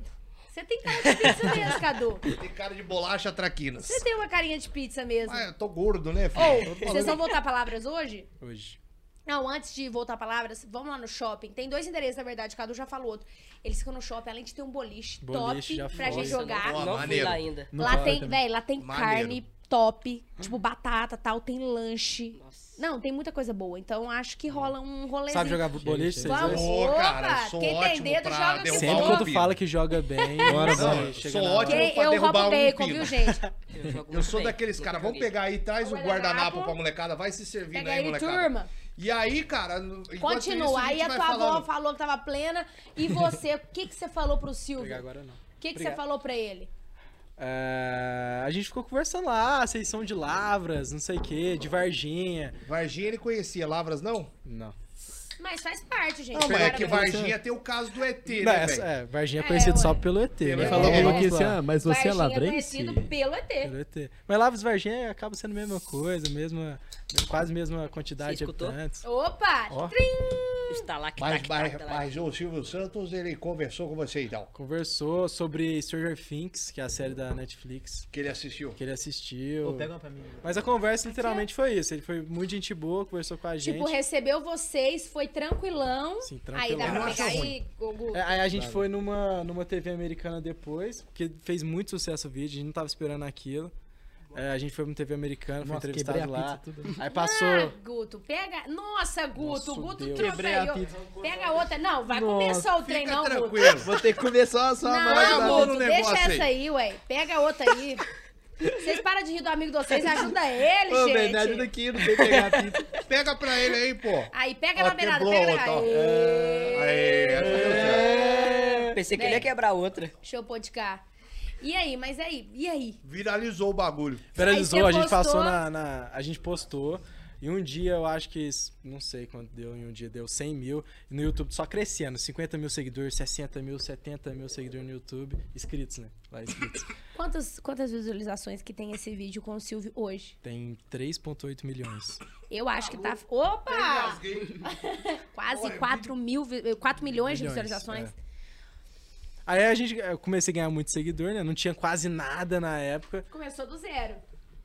S1: você tem cara de pizza mesmo, Cadu.
S2: Tem cara de bolacha traquinas.
S1: Você tem uma carinha de pizza mesmo.
S2: Ah, eu tô gordo, né, filho?
S1: Ou,
S2: Eu tô
S1: vocês
S2: falando-
S1: vão voltar palavras hoje?
S3: Hoje.
S1: Não, antes de voltar palavras, vamos lá no shopping. Tem dois endereços, na verdade, Cadu já falou outro. Eles ficam no shopping, além de ter um boliche,
S3: Boliche, já
S1: top pra
S3: foi.
S1: gente
S4: Nossa,
S1: jogar.
S4: Não,
S2: Boa,
S4: não fui
S2: maneiro.
S4: lá ainda.
S5: Não
S1: lá
S5: fala
S1: tem,
S5: também.
S1: velho, lá tem
S2: Maneiro.
S1: carne top, tipo batata tal, tem lanche.
S4: Nossa.
S1: Não, tem muita coisa boa. Então acho que rola um rolezinho.
S3: Sabe jogar boliche, vocês
S1: Vamos.
S3: dois?
S2: Ô, cara, eu sou
S1: Quem tem
S2: ótimo
S1: dedo,
S2: pra
S1: joga que
S2: derrubar
S3: Sempre
S2: um
S3: quando
S2: pino.
S3: fala que joga bem,
S2: Não,
S3: vai,
S2: eu
S3: chega
S2: sou
S3: na hora.
S2: ótimo
S1: Quem-
S2: pra
S1: eu
S2: derrubar
S1: roubo
S2: um
S1: bacon,
S2: pino.
S1: viu, gente?
S4: Eu, jogo
S2: Eu sou
S4: muito bem.
S2: daqueles
S4: Nunca
S2: caras, vamos
S4: joguei.
S2: pegar aí, traz o
S1: Guardanapo.
S2: guardanapo pra molecada, vai se servindo
S1: Pega
S2: aí,
S1: ele,
S2: molecada.
S1: turma.
S2: E aí, cara, no- enquanto isso,
S1: Continua.
S2: gente
S1: Aí a
S2: vai
S1: tua avó
S2: falando.
S1: falou que tava plena. E você, o que, que você falou pro Silvio?
S3: Pegar
S1: O
S3: agora não.
S1: que, que você
S3: Obrigado.
S1: falou pra ele?
S3: É, a gente ficou conversando lá, ah, vocês são de Lavras, não sei o quê, de Varginha.
S2: Varginha ele conhecia, Lavras não?
S3: Não.
S1: Mas faz parte, gente.
S2: Não, mas é
S1: Agora
S2: que
S1: vai-
S2: Varginha tem o caso do ET,
S3: Não,
S2: né,
S3: essa-
S2: velho?
S3: é, Varginha é
S1: É,
S3: conhecido só
S1: ué.
S3: pelo ET.
S2: Ele
S3: né?
S2: falou
S3: Vamos
S2: comigo
S3: lá.
S2: que
S5: mas
S1: Varginha é conhecido pelo ET.
S3: Pelo ET. Mas Lavras e Varginha acaba sendo a mesma coisa, mesma, quase a mesma quantidade de
S4: Você escutou?
S3: habitantes.
S1: Opa!
S3: Ó.
S1: Trim!
S4: Está lá que tá,
S2: Mas,
S4: que tá,
S2: mas,
S4: que tá lá.
S2: mas o Silvio Santos, ele conversou com você, então,
S3: Conversou sobre Stranger Things, que é a série da Netflix,
S2: que ele assistiu.
S3: que ele assistiu.
S5: Pô, pega uma
S3: <laughs>
S5: pra mim.
S3: Mas a conversa literalmente foi isso. Ele foi muito gente boa, conversou com a gente.
S1: Tipo, recebeu vocês, foi tranquilão.
S3: Sim,
S1: Aí dá
S3: tranquilo.
S1: pra
S2: Nossa,
S1: pegar
S2: ruim.
S1: aí, Gugu.
S3: É, Aí a gente foi numa, numa TV americana depois, porque fez muito sucesso o vídeo, a gente não tava esperando aquilo. É, a gente foi numa TV americana, foi
S5: Nossa,
S3: entrevistado
S5: quebrei a
S3: lá.
S5: pizza tudo.
S3: Aí passou.
S1: Ah, Guto, pega. Nossa, Guto,
S3: Nossa,
S1: o Guto
S3: Deus.
S1: trouxe
S3: Quebrei a
S1: aí. ó.
S3: pizza.
S1: Pega outra. Não, vai
S5: Nossa, tá
S1: começar o trem,
S2: Fica
S1: não, Guto.
S2: tranquilo.
S5: Vou ter que comer só, só a
S2: vai dar
S1: Não,
S2: bom
S1: Guto,
S2: no
S1: deixa
S2: negócio
S1: essa aí, ué. Pega outra aí. Vocês param de rir do amigo de vocês e ajuda ele,
S5: Ô, velho,
S1: gente.
S5: me ajuda aqui, não sei pegar a pizza.
S2: Pega pra ele aí, pô.
S1: Aí pega
S2: Ó,
S1: na beirada,
S2: quebrou
S1: pega na
S2: outra, ó. É,
S1: beirada.
S2: Aê, essa deu certo.
S4: Pensei que
S1: Bem.
S4: ele ia quebrar outra.
S1: Deixa eu pôr de cá. E aí, mas aí, e aí?
S2: Viralizou o bagulho.
S3: Viralizou, a
S1: Aí você
S3: gente passou
S1: postou?
S3: na, na- A gente postou. E um dia, eu acho que. s- Não sei quanto deu em um dia, deu 100 mil. E no YouTube só crescendo: 50 mil seguidores, 60 mil, 70 mil seguidores no YouTube. Inscritos, né?
S1: <laughs>
S3: Lá inscritos.
S1: Quantas, quantas visualizações que tem esse vídeo com o Silvio hoje?
S3: Tem 3,8 milhões.
S1: Eu acho que tá. Opa! <laughs> Quase 4, mil, vi- 4 milhões de
S3: Milhões,
S1: visualizações.
S3: é. Aí a gente. Eu comecei a ganhar muito seguidor, né? Não tinha quase nada na época.
S1: Começou do zero.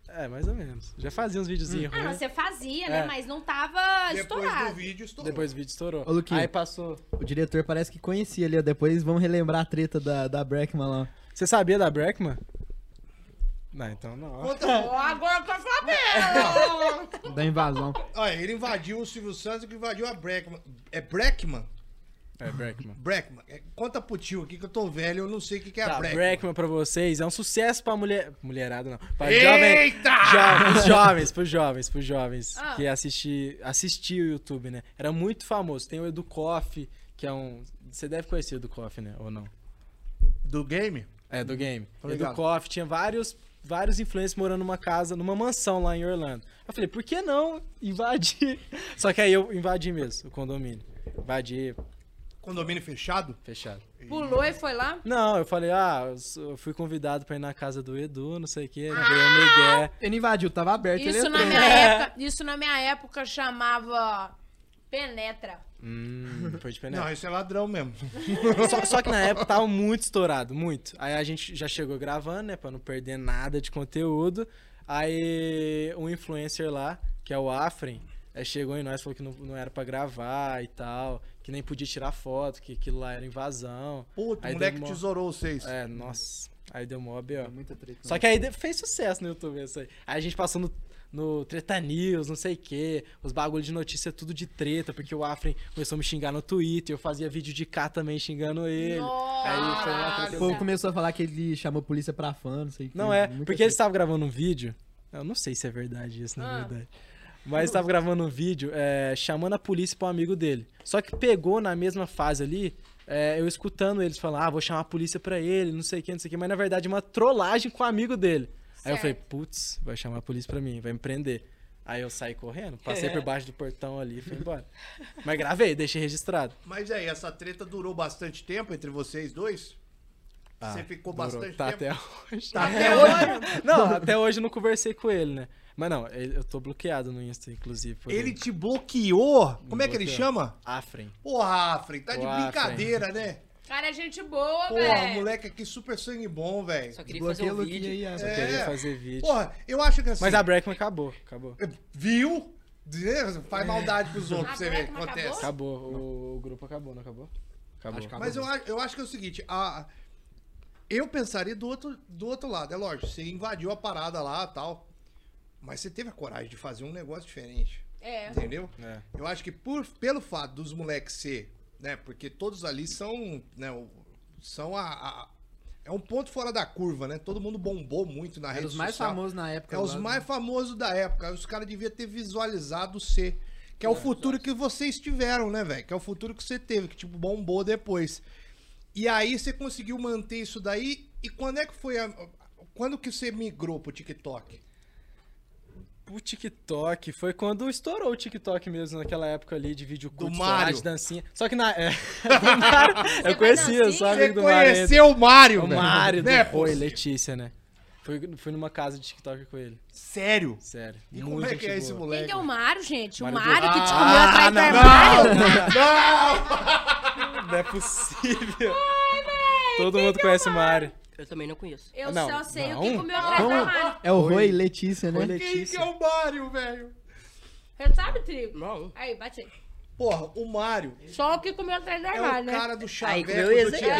S3: É, mais ou menos. Já fazia uns videozinhos
S1: Ah, não,
S3: ruins.
S1: você fazia, né?
S3: Uhum. É.
S1: Mas não tava
S2: Depois do
S1: Ah, estourado.
S2: vídeo, estourou.
S3: Depois o vídeo estourou.
S5: Ô, Luquinha.
S3: Aí passou.
S5: O diretor parece que conhecia ali, ó. Depois vamos relembrar a treta da, da Breckman lá.
S3: Você sabia da Breckman? Não, então não.
S2: Conta-
S1: Ó, agora eu tô sabendo!
S5: Da invasão.
S2: Olha, ele invadiu o Silvio Santos que invadiu a Breckman. É Breckman?
S3: É Breckman.
S2: Breckman. É, Conta pro tio aqui que eu tô velho, eu não sei o que, que é
S3: Tá,
S2: a Breckman.
S3: Breckman pra vocês é um sucesso pra mulher. Mulherada não. Pra jovem.
S2: Eita!
S3: Jovens, jovens, pros jovens, pros jovens
S1: Ah.
S3: que assisti, assisti o YouTube, né? Era muito famoso. Tem o Edu Koff, que é um. Você deve conhecer o Edu Koff, né? Ou não?
S2: Do game?
S3: É, do game.
S2: Hum, Tô
S3: Edu
S2: ligado.
S3: Koff tinha vários, vários influencers morando numa casa, numa mansão lá em Orlando. Eu falei, por que não invadir? <laughs> Só que aí eu invadi mesmo o condomínio. Invadi,
S2: Condomínio fechado?
S3: fechado.
S1: Pulou e foi lá?
S3: Não, eu falei, ah, eu s- eu fui convidado pra ir na casa do Edu, não sei o quê, né? Dei um migué.
S5: Ele invadiu, tava aberto. ele
S1: Isso
S5: entrou.
S1: na, minha época, isso na minha época chamava penetra.
S3: Hum, foi de peneira.
S2: Não, esse é ladrão
S3: <laughs>
S2: mesmo.
S3: Só, só que na época tava muito estourado, muito. Aí a gente já chegou gravando, né? Pra não perder nada de conteúdo. Aí um influencer lá, que é o Afren, aí chegou em nós e falou que não, não era pra gravar e tal. Que nem podia tirar foto, que aquilo lá era invasão.
S2: Puta, o
S3: Aí
S2: moleque
S3: deu mó-
S2: tesourou vocês.
S3: É, nossa. Aí deu mó B.O.
S5: Muita treta.
S3: Só que aí de- fez sucesso no YouTube isso aí. Aí a gente passou no, no Treta News, não sei o quê, os bagulhos de notícia tudo de treta, porque o Afren começou a me xingar no Twitter, eu fazia vídeo de cá também xingando ele.
S1: Nossa!
S3: Aí foi uma treta.
S5: O povo começou a falar que ele chamou a polícia pra fã, não sei o que.
S3: Não é,
S5: Hum, Muita
S3: porque eles
S5: treta.
S3: estavam gravando um vídeo. Eu não sei se é verdade isso, na
S1: Ah.
S3: verdade. Mas estava gravando um vídeo é, chamando a polícia para um amigo dele. Só que pegou na mesma fase ali, é, eu escutando eles falando, ah, vou chamar a polícia pra ele, não sei o que, não sei o que. Mas na verdade, uma trollagem com o amigo dele. Aí eu
S1: Certo.
S3: falei, putz, vai chamar a polícia pra mim, vai me prender. Aí eu saí correndo, passei por baixo do portão ali e fui embora. Mas gravei, deixei registrado.
S2: Mas aí, essa treta durou bastante tempo entre vocês dois? Você ficou
S3: Durou,
S2: bastante
S3: tá
S2: tempo.
S3: até <laughs> hoje.
S2: Tá até hoje.
S3: <laughs> Não, até hoje eu não conversei com ele, né? Mas não, ele- eu tô bloqueado no Insta, inclusive. por
S2: Ele te bloqueou? Como é que ele
S3: bloqueou.
S2: chama?
S3: Afren.
S2: Porra, Afren, tá de
S3: Porra,
S2: brincadeira, né?
S1: Cara, é gente boa,
S2: Porra,
S1: velho.
S2: moleque aqui super sangue bom, velho.
S4: Só queria fazer
S5: Bloqueia
S4: um
S5: o Luquinha
S4: vídeo.
S5: aí, ó.
S3: Só queria fazer vídeo.
S2: É. Porra, eu acho que assim.
S3: Mas a Breckman acabou, acabou.
S2: Viu? Né?
S3: É.
S2: Faz maldade pros outros,
S1: A
S2: pra você ver o que
S1: Blackman
S2: acontece.
S3: Acabou, o, o grupo acabou, não acabou? Acabou.
S5: Acho que
S2: Mas eu, a- eu acho que é o seguinte, a- eu pensaria do outro, do outro lado, é lógico, você invadiu a parada lá tal, mas você teve a coragem de fazer um negócio diferente,
S1: É.
S2: entendeu?
S3: É.
S2: Eu acho que por, pelo fato dos moleques ser, né, porque todos ali são, né, o- são a, a- é um ponto fora da curva, né, todo mundo bombou muito na
S5: Era
S2: rede
S5: os É mais
S2: social.
S5: famosos na época.
S2: É os
S5: lá, né?
S2: mais famosos da época. Os caras deviam ter visualizado ser. Que é o futuro que vocês tiveram, né, velho? Que é o futuro que você teve, que tipo, bombou depois. E aí você conseguiu manter isso daí. E quando é que foi a. Quando que você migrou pro TikTok?
S3: pro TikTok foi quando estourou o TikTok mesmo, naquela época ali de vídeo curto,
S2: Do
S3: estourado
S2: Mário.
S3: de dancinha. Só que na. É, <laughs> do Mário, eu conhecia,
S1: dancinha?
S3: só
S2: Você
S3: amigo do Mário. ainda.
S2: conheceu o Mário,
S3: O
S2: velho.
S3: Mário,
S2: Não é
S3: do Rui,
S2: possível.
S3: Letícia, né? Fui, fui numa casa de TikTok com ele.
S2: Sério?
S3: Sério.
S2: E
S3: muito
S2: como é que
S3: gente
S2: é esse
S3: boa.
S2: moleque? <laughs>
S1: Quem que é o Mário, gente? O
S3: Mário
S1: Mário, que te comeu
S3: Ah,
S1: atrás do
S3: não.
S1: armário?
S2: Ah,
S3: Não é possível. Todo mundo conhece o Mário.
S4: Eu também não conheço.
S1: Eu
S3: Não,
S1: só sei o que
S3: não.
S1: comeu atrás do armário.
S5: É o Rui Letícia, né?
S3: Rui
S2: Quem que
S3: Letícia.
S2: é o Mário, velho?
S1: Você sabe, Trigo?
S4: Não.
S1: Aí, bate aí.
S2: Porra, o Mário
S1: Só o que comeu atrás do
S2: é
S1: armário,
S2: o
S1: né?
S2: cara do chaveco
S4: meu
S2: do
S4: ex-
S2: TikTok.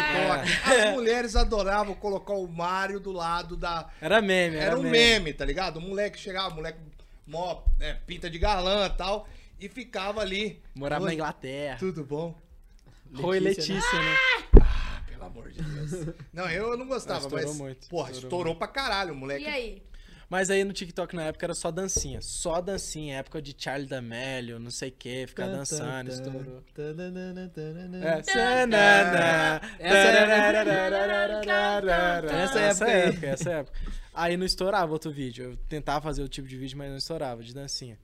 S2: As mulheres adoravam colocar o Mário do lado da...
S3: Era meme, era,
S2: Era um meme, tá ligado? O moleque chegava, o moleque mó é, pinta de galã e tal, e ficava ali.
S3: Morava na
S2: Oi,
S3: Inglaterra.
S2: Tudo bom? Ah,
S3: Rui
S5: Letícia,
S3: Letícia, né?
S2: Pelo amor de Deus. não, eu não gostava,
S3: Ah, estourou
S2: mas...
S3: muito,
S2: porra,
S3: estourou
S2: estourou pra caralho o moleque.
S1: E aí?
S3: Mas aí no TikTok na época era só dancinha. Só dancinha. Época de Charlie D'Amelio, não sei o que, ficar dançando, estourou. É.
S5: É.
S3: Sanana,
S1: Essa
S3: tarararararararara.
S5: época
S3: Essa
S5: aí.
S3: época, essa época. Aí não estourava outro vídeo. Eu tentava fazer outro tipo de vídeo, mas não estourava, de dancinha.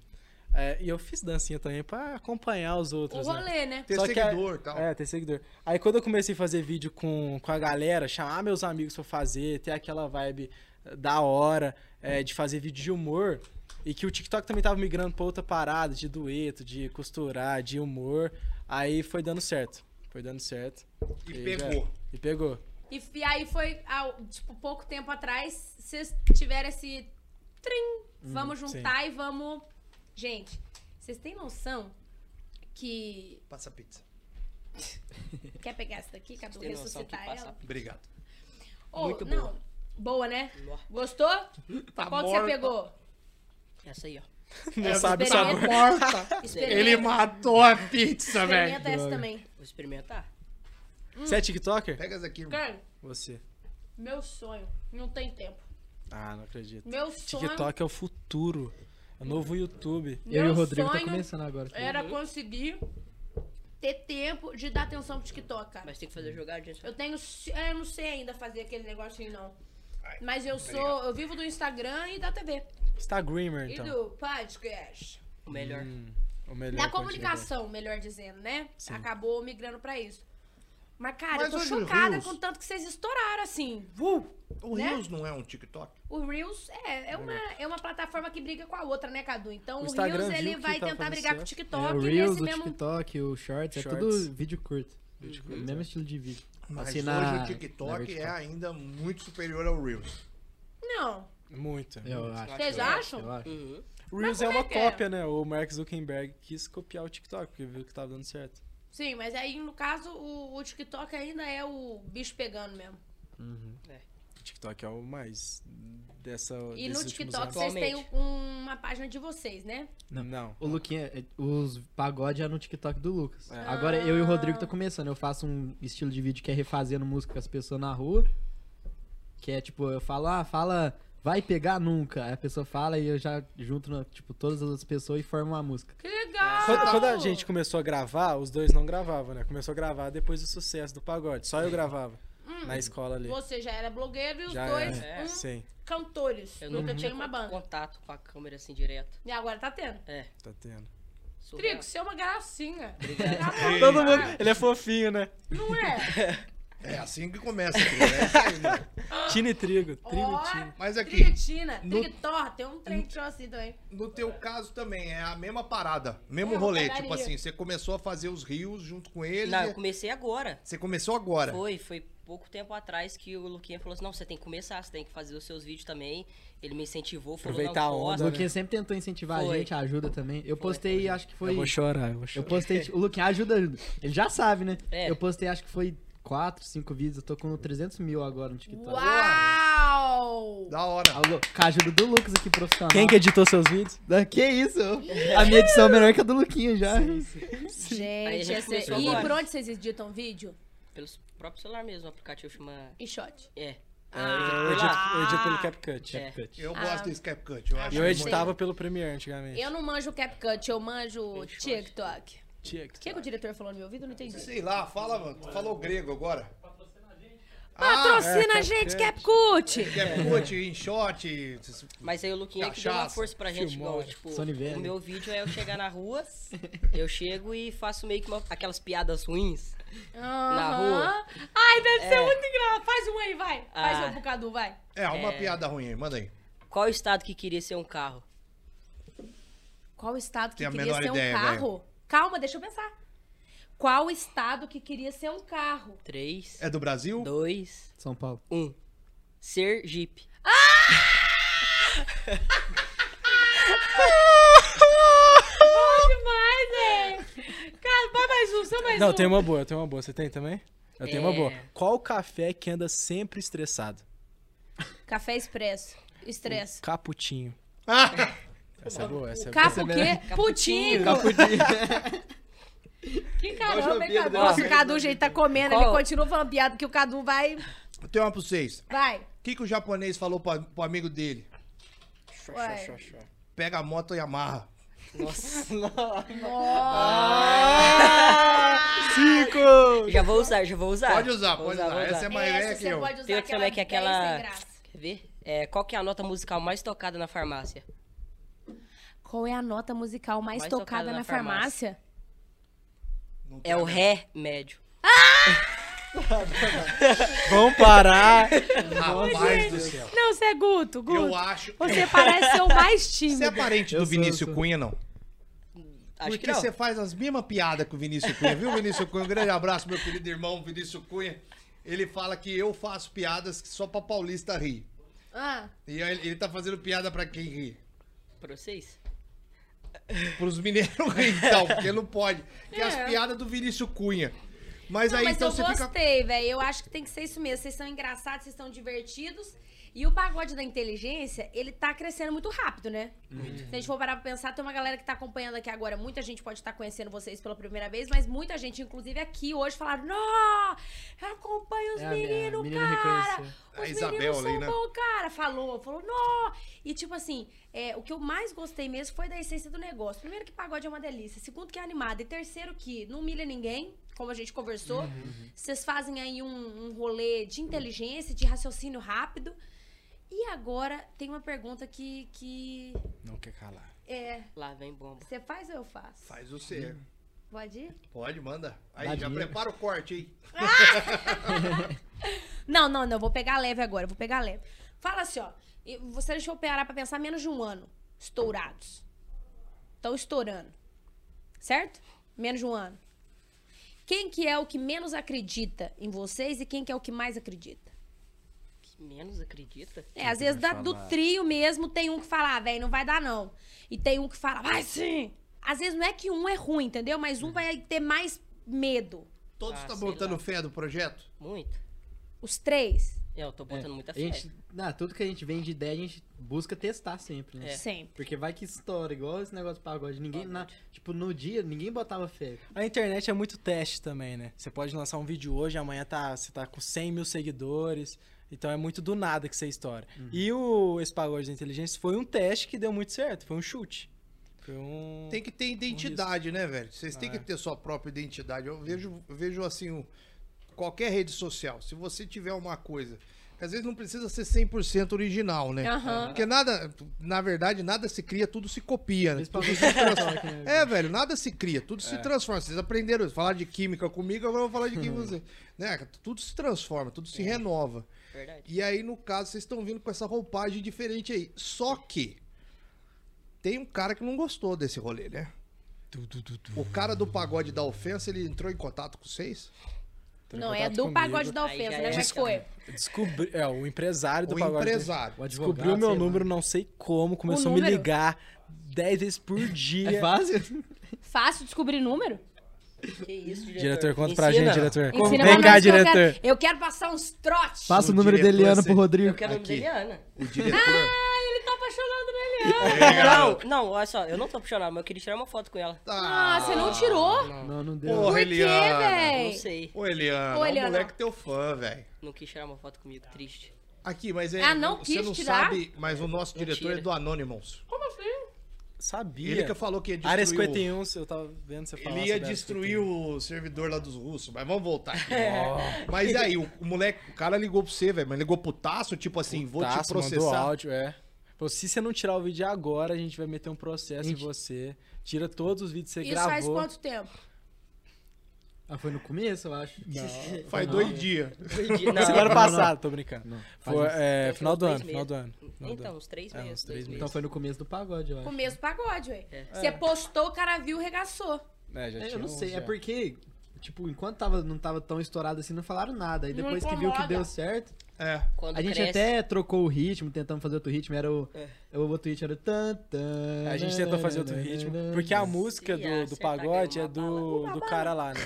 S3: É, e eu fiz dancinha também pra acompanhar os
S1: O
S3: outros. né?
S1: rolê, né?
S2: Ter
S3: Só que a-
S2: seguidor e tal.
S3: É, ter seguidor. Aí quando eu comecei a fazer vídeo com, com a galera, chamar meus amigos pra fazer, ter aquela vibe eh, da hora, eh, de fazer vídeo de humor, e que o TikTok também tava migrando pra outra parada, de dueto, de costurar, de humor, aí foi dando certo. Foi dando certo.
S2: E
S3: já-
S2: pegou.
S3: e pegou.
S1: E, e aí foi, há, tipo, pouco tempo atrás, vocês tiveram esse trim.
S2: Hum,
S1: Vamos
S3: sim.
S1: juntar e vamos... Gente, vocês têm noção que...
S2: Passa a pizza.
S1: Quer pegar essa daqui, Cadu?
S4: Tem noção que
S1: Ressuscitar
S4: passa
S1: ela?
S2: Obrigado.
S1: Ô,
S4: Muito
S1: não.
S4: boa.
S1: Boa, né?
S4: Boa. <laughs>
S1: Gostou?
S2: Tá
S1: Qual que
S2: morta.
S1: você pegou?
S4: Essa aí, ó.
S3: Não sabe o
S1: experimenta-
S3: sabor. <laughs>
S2: Morta.
S4: Tá.
S1: Experimenta.
S2: Ele matou a pizza, velho.
S1: Experimenta essa também.
S4: Vou experimentar.
S3: Você é TikToker?
S2: Pega essa aqui. irmão.
S1: Cara,
S3: Você.
S1: meu sonho. Não tem tempo.
S3: Ah, não acredito.
S1: Meu sonho...
S3: TikTok é o futuro. É o novo YouTube.
S1: Meu
S5: Eu e o Rodrigo tá
S1: sonho é
S5: começando agora.
S2: Uhum.
S1: era conseguir ter tempo de dar atenção pro TikTok, cara.
S4: Mas tem que fazer jogadinha.
S1: Eu tenho. ci- é, Eu não sei ainda fazer aquele negocinho, não.
S2: Ai, tá
S1: Mas eu sou. Eu vivo do Instagram e da TV.
S3: Instagramer,
S1: E
S3: então.
S1: do podcast.
S4: O melhor.
S3: Hum, o
S1: Da
S3: melhor que eu tive.
S1: comunicação, melhor dizendo, né?
S3: Sim.
S1: Acabou migrando pra isso. Mas, cara,
S2: Mas
S1: eu tô
S2: hoje o
S1: chocada
S2: Reels-
S1: com o tanto que vocês estouraram, assim.
S2: O
S1: Né?
S2: Rios não é um TikTok?
S1: O Reels é, é, uma, é uma plataforma que briga com a outra, né, Cadu? Então o,
S3: O Instagram
S1: Reels ele
S3: viu que
S1: vai
S3: tá
S1: tentar
S3: fazendo
S1: brigar com o
S3: sucesso.
S1: TikTok
S5: É, o
S1: nesse
S5: Reels, o
S1: mesmo.
S5: TikTok, o Shorts, é
S3: Shorts.
S5: tudo vídeo curto. Uhum.
S3: Vídeo curto, é.
S5: Mesmo estilo de vídeo.
S2: Mas
S5: Assim,
S2: hoje
S5: na-
S2: o
S5: na
S2: TikTok é
S5: vertical.
S2: ainda muito superior ao Reels.
S1: Não.
S3: Muito.
S5: Eu acho.
S1: Vocês
S5: eu acho,
S1: acham?
S5: eu
S3: Hum.
S5: acho.
S4: Uhum.
S3: Reels
S1: Mas
S3: é
S1: como
S3: uma
S1: é que é?
S3: cópia, né? O Mark Zuckerberg quis copiar o TikTok, porque viu que tava dando certo.
S1: Sim, mas aí, no caso, o, o TikTok ainda é o bicho pegando mesmo.
S3: O TikTok é o mais dessa.
S1: E no TikTok
S3: anos.
S1: vocês têm um- uma página de vocês, né?
S3: Não.
S5: O Luquinha, é- os pagode é no TikTok do Lucas.
S3: É.
S5: Agora eu e o Rodrigo tá começando. Eu faço um estilo de vídeo que é refazendo música com as pessoas na rua. Que é tipo, eu falo, ah, fala, vai pegar nunca. Aí a pessoa fala e eu já junto, na- tipo, todas as outras pessoas e formo uma música.
S1: Que legal!
S3: Quando, quando a gente começou a gravar, os dois não gravavam, né? Começou a gravar depois do sucesso do pagode. Só eu gravava. na escola ali.
S1: Você já era blogueiro e Hum. os
S3: Já
S1: dois
S3: era.
S1: um,
S3: Sim,
S1: cantores.
S4: Eu
S1: nunca
S4: nunca
S1: tinha Uhum.
S4: tinha
S1: uma banda.
S4: Contato com a câmera assim direto.
S1: E agora tá tendo.
S4: É.
S3: tá tendo.
S4: surreal.
S1: Trigo, você é uma gracinha. Tá Ah,
S3: Todo mundo. Ele é fofinho, né?
S1: Não é?
S2: É assim que começa. filho, é isso aí, mano.
S3: Tine e trigo. <laughs> Trigo
S1: Ó,
S3: e tine.
S2: Mas aqui-
S1: Triguetina,
S2: no-
S1: triguetor, tem um trem que chama assim
S3: Tá
S1: também.
S2: No teu caso também, é a mesma parada, mesmo
S1: É, uma
S2: rolê.
S1: padaria.
S2: Tipo assim, você começou a fazer os rios junto com ele.
S4: Não,
S3: é-
S2: e-
S4: eu comecei agora.
S2: Você começou agora.
S4: Foi, foi pouco tempo atrás que o Luquinha falou assim: não, você tem que começar, você tem que fazer os seus vídeos também. Ele me incentivou, falou:
S3: Aproveitar a
S4: não,
S3: onda, né?
S5: O
S4: posta.
S5: Luquinha sempre tentou incentivar a
S4: Foi.
S5: gente, ajuda também. Eu postei, acho que foi.
S3: Eu vou chorar, eu vou
S5: Eu
S3: chorar.
S5: postei, tipo, o Luquinha ajuda, ajuda. Ele já sabe, né?
S4: É.
S5: Eu postei, acho que foi 4, 5 vídeos. Eu tô com 300 mil agora no TikTok.
S1: Uau!
S2: Da hora.
S5: Alô, com a ajuda do Lucas aqui, profissional.
S3: Quem que editou seus vídeos?
S5: Ah, Que isso? A minha edição é melhor que a do Luquinha já.
S4: Aí a
S1: Gente,
S4: gente
S1: essa...
S4: começou
S1: e
S4: agora.
S1: por onde vocês editam vídeo?
S4: Pelo próprio celular mesmo, o aplicativo chama.
S1: Em shot.
S4: É.
S3: Eu edito, eu edito pelo CapCut.
S4: É.
S2: Eu gosto desse CapCut. Eu acho
S3: E eu
S2: que é
S3: editava pelo Premiere antigamente.
S1: Eu não manjo CapCut, eu manjo TikTok. é
S3: Tinha que-
S1: O que, que o diretor falou no meu ouvido? Eu não
S2: muito-
S1: entendi.
S2: Sei lá, fala, mano. Tu Falou grego agora.
S1: Patrocina a gente, Capcut!
S2: Ah, Capcut, InShot.
S4: Mas aí o Luquinha que deu uma
S2: Cachaça,
S4: força pra gente, igual,
S3: filmose,
S4: tipo,
S3: Sony Velho.
S4: o meu vídeo é eu chegar na
S5: <laughs>
S4: rua, eu chego e faço meio que uma- aquelas piadas ruins.
S1: Aham.
S4: rua.
S1: Ai, deve ser muito engraçado. Faz um aí, vai. Faz
S4: Ah.
S1: um pro Cadu, vai.
S2: É, uma piada ruim aí, manda aí.
S4: Qual estado que queria ser um carro?
S1: Qual estado que
S2: Tenho a
S1: queria
S2: menor
S1: ser um
S2: ideia,
S1: carro? Calma, deixa eu pensar. Qual estado que queria ser um carro?
S4: 3,
S2: É do Brasil?
S4: 2,
S5: São Paulo.
S4: 1. Sergipe.
S1: Bom demais, hein? Cara, vai mais um, só mais um.
S3: Não, tem uma boa, eu tenho uma boa. Você tem também? Eu tenho uma
S4: É.
S3: boa. Qual o café que anda sempre estressado?
S1: Café expresso. Estresse.
S3: Caputinho.
S2: Ah,
S3: Essa é boa,
S2: Tá
S3: essa é boa.
S1: Capo o quê? Putinho. <laughs> Que caramba, hein,
S5: João
S2: né?
S1: Cadu?
S5: Pedro.
S1: Nossa, o Cadu, o jeito tá comendo, ele
S4: Qual?
S1: continua falando piada, porque o Cadu vai...
S2: tem uma pra vocês.
S1: Vai.
S2: O que, que o japonês falou pra- pro amigo dele?
S1: Ué.
S2: Pega a moto e amarra.
S4: Nossa.
S2: Ah,
S3: Cinco!
S4: Já vou usar, já vou usar.
S2: Pode usar,
S4: Vou
S2: pode usar.
S4: vou
S2: Essa é mais velha
S1: Essa
S2: que
S1: você
S2: eu.
S1: pode usar
S4: Tem outra também que é aquela.
S1: bem sem graça.
S4: Quer ver? É, qual que é a nota musical mais tocada na farmácia?
S1: Qual é a nota musical mais, tocada, na, farmácia?
S2: Não tem
S4: É o
S2: a ver.
S4: ré médio.
S3: Vamos parar!
S2: Rapaz do céu.
S1: Não, você é Guto, Guto.
S2: Eu acho.
S1: Você parece ser o mais
S2: <laughs> Você
S1: tímido.
S2: é parente
S5: Eu
S2: do
S5: sou, eu
S2: Vinícius
S5: sou.
S2: Cunha, não?
S4: Acho que
S2: Porque
S4: não.
S2: você faz as mesmas piadas que o Vinícius Cunha, viu, Vinícius Cunha? Um grande abraço, meu querido irmão, Vinícius Cunha. Ele fala que eu faço piadas que só pra paulista rir.
S1: Ah,
S2: E aí ele tá fazendo piada pra quem ri?
S4: Pra vocês?
S2: Pros mineiros <laughs> rir, então, porque não pode. Que é. as
S1: É.
S2: piadas do Vinícius Cunha. Mas
S1: não,
S2: aí
S1: mas
S2: então
S1: eu
S2: você fica.
S1: gostei, velho. Eu acho que tem que ser isso mesmo. Vocês são engraçados, vocês são divertidos. E o pagode da inteligência, ele tá crescendo muito rápido, né? Se a gente for parar pra pensar, tem uma galera que tá acompanhando aqui agora. Muita gente pode estar conhecendo vocês pela primeira vez, mas muita gente, inclusive aqui hoje, falaram: Nó, acompanha os
S5: É, a minha
S1: meninos,
S5: menina
S1: cara.
S5: reconheceu.
S2: A
S1: Os
S2: Isabel
S1: meninos
S2: ali,
S1: são
S2: né?
S1: bons, cara. Falou, falou, nó. E tipo assim, é, o que eu mais gostei mesmo foi da essência do negócio. Primeiro que pagode é uma delícia. Segundo que é animado. E terceiro que não humilha ninguém, como a gente conversou.
S2: Uhum,
S1: Vocês fazem aí um, um rolê de inteligência, de raciocínio rápido. E agora tem uma pergunta que, que
S3: Não quer calar.
S1: é...
S4: Lá vem bomba.
S1: Você faz ou eu faço?
S2: Faz você.
S1: Pode ir?
S2: Pode, manda. Aí
S5: Dá
S2: já
S5: dinheiro.
S2: prepara o corte aí.
S1: Não, não, não. Vou pegar leve agora. Vou pegar leve. Fala assim, ó. e Você deixou eu parar pra pensar menos de um ano. Estourados. Estão estourando. Certo? Menos de um ano. Quem que é o que menos acredita em vocês e quem que é o que mais acredita?
S4: Que menos acredita?
S1: É, às vezes da- do trio mesmo tem um que fala, ah, velho, não vai dar não. E tem um que fala, vai sim. Às vezes não é que um é ruim, entendeu? Mas um vai ter mais medo.
S2: Todos
S4: Ah,
S2: estão
S4: sei
S2: botando
S4: lá.
S2: fé do projeto?
S4: Muito.
S1: Os três,
S4: É, eu tô
S5: É,
S4: botando muita
S5: a
S4: fé.
S5: gente, ah, tudo que a gente vem de ideia, a gente busca testar sempre,
S4: É.
S5: né?
S1: sempre.
S5: Porque vai que estoura, igual esse negócio do pagode. Ninguém, na, tipo, no dia, ninguém botava fé.
S3: A internet é muito teste também, né? Você pode lançar um vídeo hoje, amanhã tá, você tá com 100 mil seguidores. Então é muito do nada que você estoura.
S2: Uhum.
S3: E o esse pagode da inteligência foi um teste que deu muito certo. Foi um chute. Foi um.
S2: Tem que ter identidade, né, velho? Vocês têm que ter sua própria identidade. Eu vejo, eu vejo assim, o- qualquer rede social, se você tiver uma coisa, que às vezes não precisa ser 100% original, né?
S1: Aham.
S2: Porque nada, na verdade, nada se cria, tudo se copia, né?
S5: Principalmente no TikTok, né?
S2: É, velho, nada se cria, tudo se transforma. Vocês aprenderam a falar de química comigo, agora eu vou falar de química com você. Né? Tudo se transforma, tudo se renova.
S4: Verdade.
S2: E aí, no caso, vocês estão vindo com essa roupagem diferente aí. Só que tem um cara que não gostou desse rolê, né? O cara do pagode da ofensa, ele entrou em contato com vocês?
S3: Entrou em
S1: não, é
S3: contato
S1: do
S3: comigo.
S1: pagode da
S4: Aí já
S1: ofensa, né,
S4: é.
S1: Jacoy?
S3: Descobri... É, o empresário do
S2: O
S3: pagode.
S2: empresário.
S5: O advogado,
S3: Descobriu meu
S5: sei lá.
S3: número, não sei como, começou a me
S1: número?
S3: ligar 10 vezes por
S5: <laughs> É
S3: dia.
S5: fácil?
S1: Fácil descobrir número?
S4: Que isso,
S3: <laughs>
S4: diretor?
S3: Diretor, conta pra gente, diretor.
S1: Ensina pra
S3: Vem
S1: nós
S3: cá,
S1: que eu quero-
S3: diretor.
S1: Eu quero, passar uns trotes.
S5: Passa
S2: o
S5: o número
S2: diretor,
S5: dele, Ana,
S2: você-
S5: pro
S4: Eu
S5: Rodrigo.
S4: quero o nome
S2: Aqui.
S4: dele, Ana.
S2: O diretor. é <laughs>
S1: Ele tá apaixonado nele.
S4: Não, não, olha só, eu não tô puxando, mas eu queria tirar uma foto com ela.
S2: Tá.
S1: Ah, você não tirou?
S5: Não, não deu.
S2: Porra,
S1: Por quê,
S2: Eliana.
S4: Não
S1: velho?
S4: sei,
S2: Ô, Eliana,
S1: Ô,
S2: é um
S1: Eliana.
S2: moleque teu fã, velho.
S4: não quis tirar uma foto comigo, triste.
S2: Aqui, mas é.
S1: Ah, não
S2: você
S1: quis
S2: não
S1: tirar?
S2: sabe, mas o nosso
S4: Não
S2: diretor
S4: tira.
S2: é do Anonymous.
S1: Como assim?
S3: sabia.
S2: Ele que falou que ia
S3: Área
S2: destruir o-
S3: 51, eu tava vendo você falar.
S2: Ele ia
S3: sobre a
S2: destruir
S3: Área 51.
S2: o servidor lá dos russos, mas vamos voltar aqui. <laughs>
S3: É.
S2: Mas e aí, o, o moleque, o cara ligou pra você, velho, mas ligou pro Taço, tipo assim, vou te
S3: Tasso Tá, mandou
S2: processar.
S3: áudio, é. Falou, se você não tirar o vídeo agora, a gente vai meter um processo em você. Tira todos os vídeos que você
S1: Isso
S3: gravou.
S1: faz quanto tempo?
S5: Ah, foi no começo, eu acho.
S2: Faz dois dias.
S4: Entendi. Não,
S3: é Semana
S5: não,
S3: passada, tô brincando.
S5: faz
S3: Foi,
S5: uns-
S3: é,
S4: Deve ser
S3: final
S4: uns
S3: do
S4: três
S3: ano, final
S4: meses.
S3: do ano. final do
S4: Então,
S3: ano.
S4: uns três
S3: É, uns
S4: meses.
S3: três
S4: dois
S3: meses.
S5: Então foi no começo do pagode, eu acho.
S1: Com o mesmo pagode, ué.
S4: É.
S1: Você postou, o cara viu, regaçou.
S3: É, já
S5: É,
S3: tinha
S5: eu não
S3: uns
S5: sei, é
S3: já.
S5: porque, tipo, enquanto tava, não tava tão estourado assim, não falaram nada. E
S1: Não
S5: depois que viu que
S1: incomoda.
S5: deu certo,
S2: É.
S4: Quando
S5: a gente
S4: cresce, né?
S5: até trocou o ritmo, tentamos fazer outro ritmo, era o.
S4: É.
S5: O outro ritmo era o tan, tan,
S3: A gente tentou fazer outro ritmo. Porque a música
S4: Se
S3: do, do
S4: acertar,
S3: pagode é
S4: ganha uma
S3: do, do cara lá, né?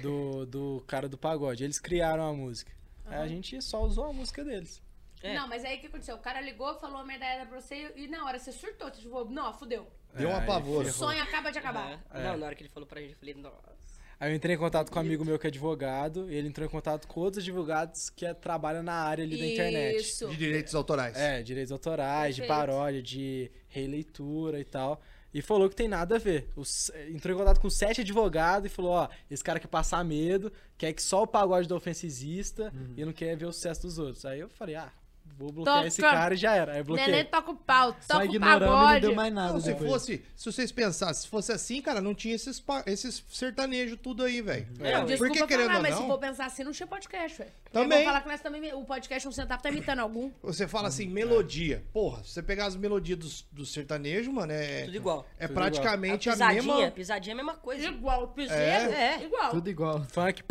S3: Do, do cara do pagode. Eles criaram a música. Aí a gente só usou a música deles.
S4: É.
S1: Não, mas aí o que aconteceu? O cara ligou, falou uma merda pra você e na hora você surtou. Você tipo, não, fudeu.
S2: Deu um
S3: É, Aí
S2: apavoro.
S1: O
S3: ferrou.
S1: sonho acaba de acabar.
S4: né?
S3: É.
S4: Não, na hora que ele falou pra gente, eu falei, nossa.
S3: Aí eu entrei em contato com um amigo meu que é advogado. E ele entrou em contato com outros advogados que é- trabalham na área ali da internet.
S1: Isso.
S2: De direitos autorais.
S3: É, direitos autorais, de
S1: Perfeito.
S3: paródia, de releitura e tal. E falou que tem nada a ver. Os- entrou em contato com sete advogados e falou: ó, esse cara quer passar medo, quer que só o pagode da ofensa exista e não quer ver o sucesso dos outros. Aí eu falei: ah, vou bloquear
S1: Toca.
S3: esse cara e já era. Aí eu bloqueei.
S1: Neném toca o pau,
S5: Só
S1: toca o
S5: ignorando e não
S1: pagode.
S5: deu mais nada.
S2: Não, se
S5: depois.
S2: fosse, se vocês pensassem, se fosse assim, cara, não tinha esses, pa- esses sertanejos tudo aí, velho.
S3: Uhum.
S1: Não,
S2: Por que
S1: desculpa
S2: querendo
S1: falar,
S2: ou
S1: mas se for
S2: não,
S1: pensar assim, não tinha podcast, ué.
S2: Também.
S1: Eu vou falar que nós também, o podcast um centavo tá imitando algum.
S2: você fala assim,
S3: Uhum.
S2: melodia. Porra, se você pegar as melodias dos, do sertanejo, mano, é,
S4: Tudo igual.
S2: é
S3: Tudo
S2: praticamente
S4: A
S2: a,
S4: pisadinha,
S2: mesma...
S4: pisadinha é a mesma coisa.
S1: Igual, piseiro,
S4: É.
S1: é. igual.
S5: Tudo igual.
S3: Funk.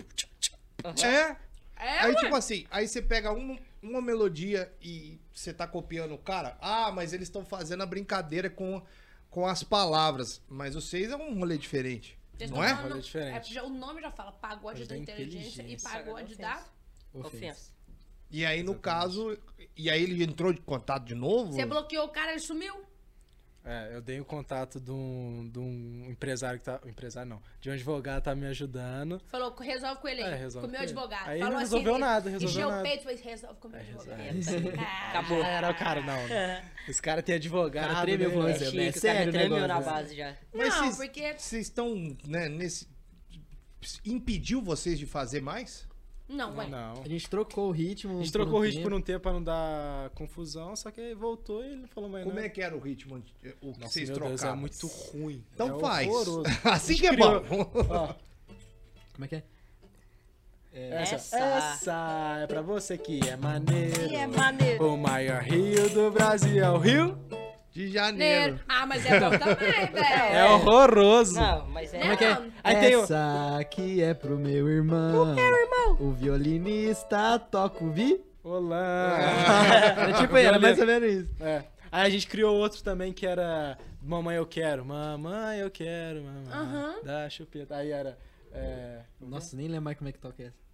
S2: É,
S1: É,
S2: Aí,
S1: ué.
S2: tipo assim, aí você pega um- uma melodia e você tá copiando o cara. Ah, mas eles estão fazendo a brincadeira com, com as palavras. Mas vocês é um rolê diferente.
S1: Vocês
S2: Não
S1: tão
S2: é?
S1: falando-
S3: Olha, é diferente.
S1: é, já- o nome já fala, pagode
S3: Mas
S1: da
S3: da
S1: inteligência e
S3: inteligência. é
S1: pagode da...
S4: Ofensa.
S2: E aí, no caso, e aí ele entrou de contato de novo?
S1: Você bloqueou o cara, ele sumiu.
S3: É, eu dei o contato de um, de um empresário que tá. Empresário não. De um advogado que tá me ajudando.
S1: Falou, resolve com ele aí.
S3: É, resolve
S1: com o meu
S3: com ele.
S1: advogado.
S3: Aí
S1: Falou
S3: não resolveu
S1: assim,
S3: nada, resolveu
S1: encheu
S3: nada. É,
S1: o peito e falou, resolve com o meu advogado.
S3: <laughs>
S4: Acabou.
S3: Ah, Era o cara, não. né? Esse cara tem advogado.
S5: Cara, tremeu,
S3: né?
S5: falou
S4: É
S5: Mas é-
S4: chique,
S5: é
S4: o
S5: sério
S4: cara
S5: o
S4: tremeu
S5: negócio,
S4: na
S5: né?
S4: base já.
S2: Mas
S1: Não,
S2: vocês-
S1: porque-
S2: Vocês estão, né, nesse... Impediu vocês de fazer mais?
S1: Ah, Não, é. ué.
S3: Não.
S5: A gente trocou o ritmo.
S3: A gente
S5: por um
S3: trocou o ritmo
S5: tempo.
S3: por um tempo pra não dar confusão, só que aí voltou e ele falou, mas
S2: Como
S3: não.
S2: é que era o ritmo, anti- o que
S3: né? Nossa,
S2: vocês
S3: meu
S2: trocavam?
S3: Deus, é muito ruim.
S2: Então
S3: é
S2: faz.
S3: horroroso.
S2: <laughs> assim que é
S3: criou-
S2: bom.
S3: Ó,
S5: Como é que é?
S3: essa,
S4: Essa.
S3: essa é pra você que é maneiro.
S4: Que é maneiro.
S3: O maior rio do Brasil é o Rio.
S2: De janeiro.
S1: Janeiro. Ah, mas é
S3: <laughs>
S1: bom também,
S3: É,
S1: velho.
S3: horroroso.
S4: Não, mas é.
S1: Como é que é?
S3: Aí tem o-
S5: Essa aqui é pro meu irmão. O meu irmão. O violinista toca o vi.
S3: Olá.
S5: Era tipo, era mais ou menos isso.
S3: É. Aí a gente criou outro também que era Mamãe Eu Quero, Mamãe Eu Quero, Mamãe.
S1: Aham.
S3: Da chupeta. Aí era. É,
S5: Nossa, nem lembro mais como é que toca essa.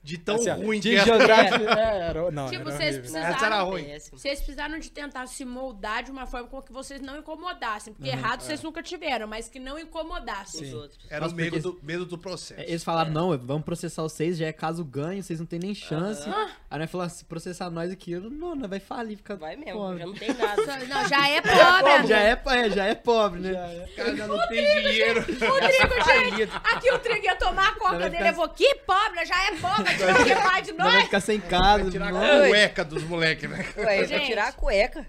S2: De tão
S3: assim, ó,
S2: ruim
S3: de
S2: que era.
S3: geografia. É, era, não,
S1: Tipo,
S3: era
S1: vocês
S3: horrível.
S1: precisam-
S2: Essa
S4: Tá
S2: era ruim.
S4: Péssimo.
S1: Vocês precisaram de tentar se moldar de uma forma com que vocês não incomodassem.
S3: Uhum,
S1: Porque
S3: é.
S1: errado vocês nunca tiveram, mas que não incomodassem.
S4: Os outros.
S2: Era o
S5: Mas
S2: medo
S5: porque-
S2: do, medo do processo.
S5: É, Eles falaram, não, vamos processar vocês, já é caso ganho, vocês não tem nem chance. Aí nós falamos, se processar nós aqui, eu, não, não vai falir, fica
S4: Vai mesmo,
S5: pobre.
S4: já não tem nada.
S1: Não,
S3: <laughs>
S1: já é pobre.
S5: Já é, po- é, já é pobre, né?
S2: cara já não tem dinheiro.
S1: Rodrigo, gente, aqui o Trigo ia tomar a
S5: Vai
S1: coca
S5: ficar-
S1: dele.
S3: tá
S1: Eu vou, que pobre, já é pobre, tirar o que mais de
S5: Nós vai
S1: nós.
S5: ficar sem casa,
S2: Vai tirar
S5: nossa.
S2: a cueca dos moleques, né?
S4: Ué, eu vou
S1: Gente.
S4: tirar a cueca.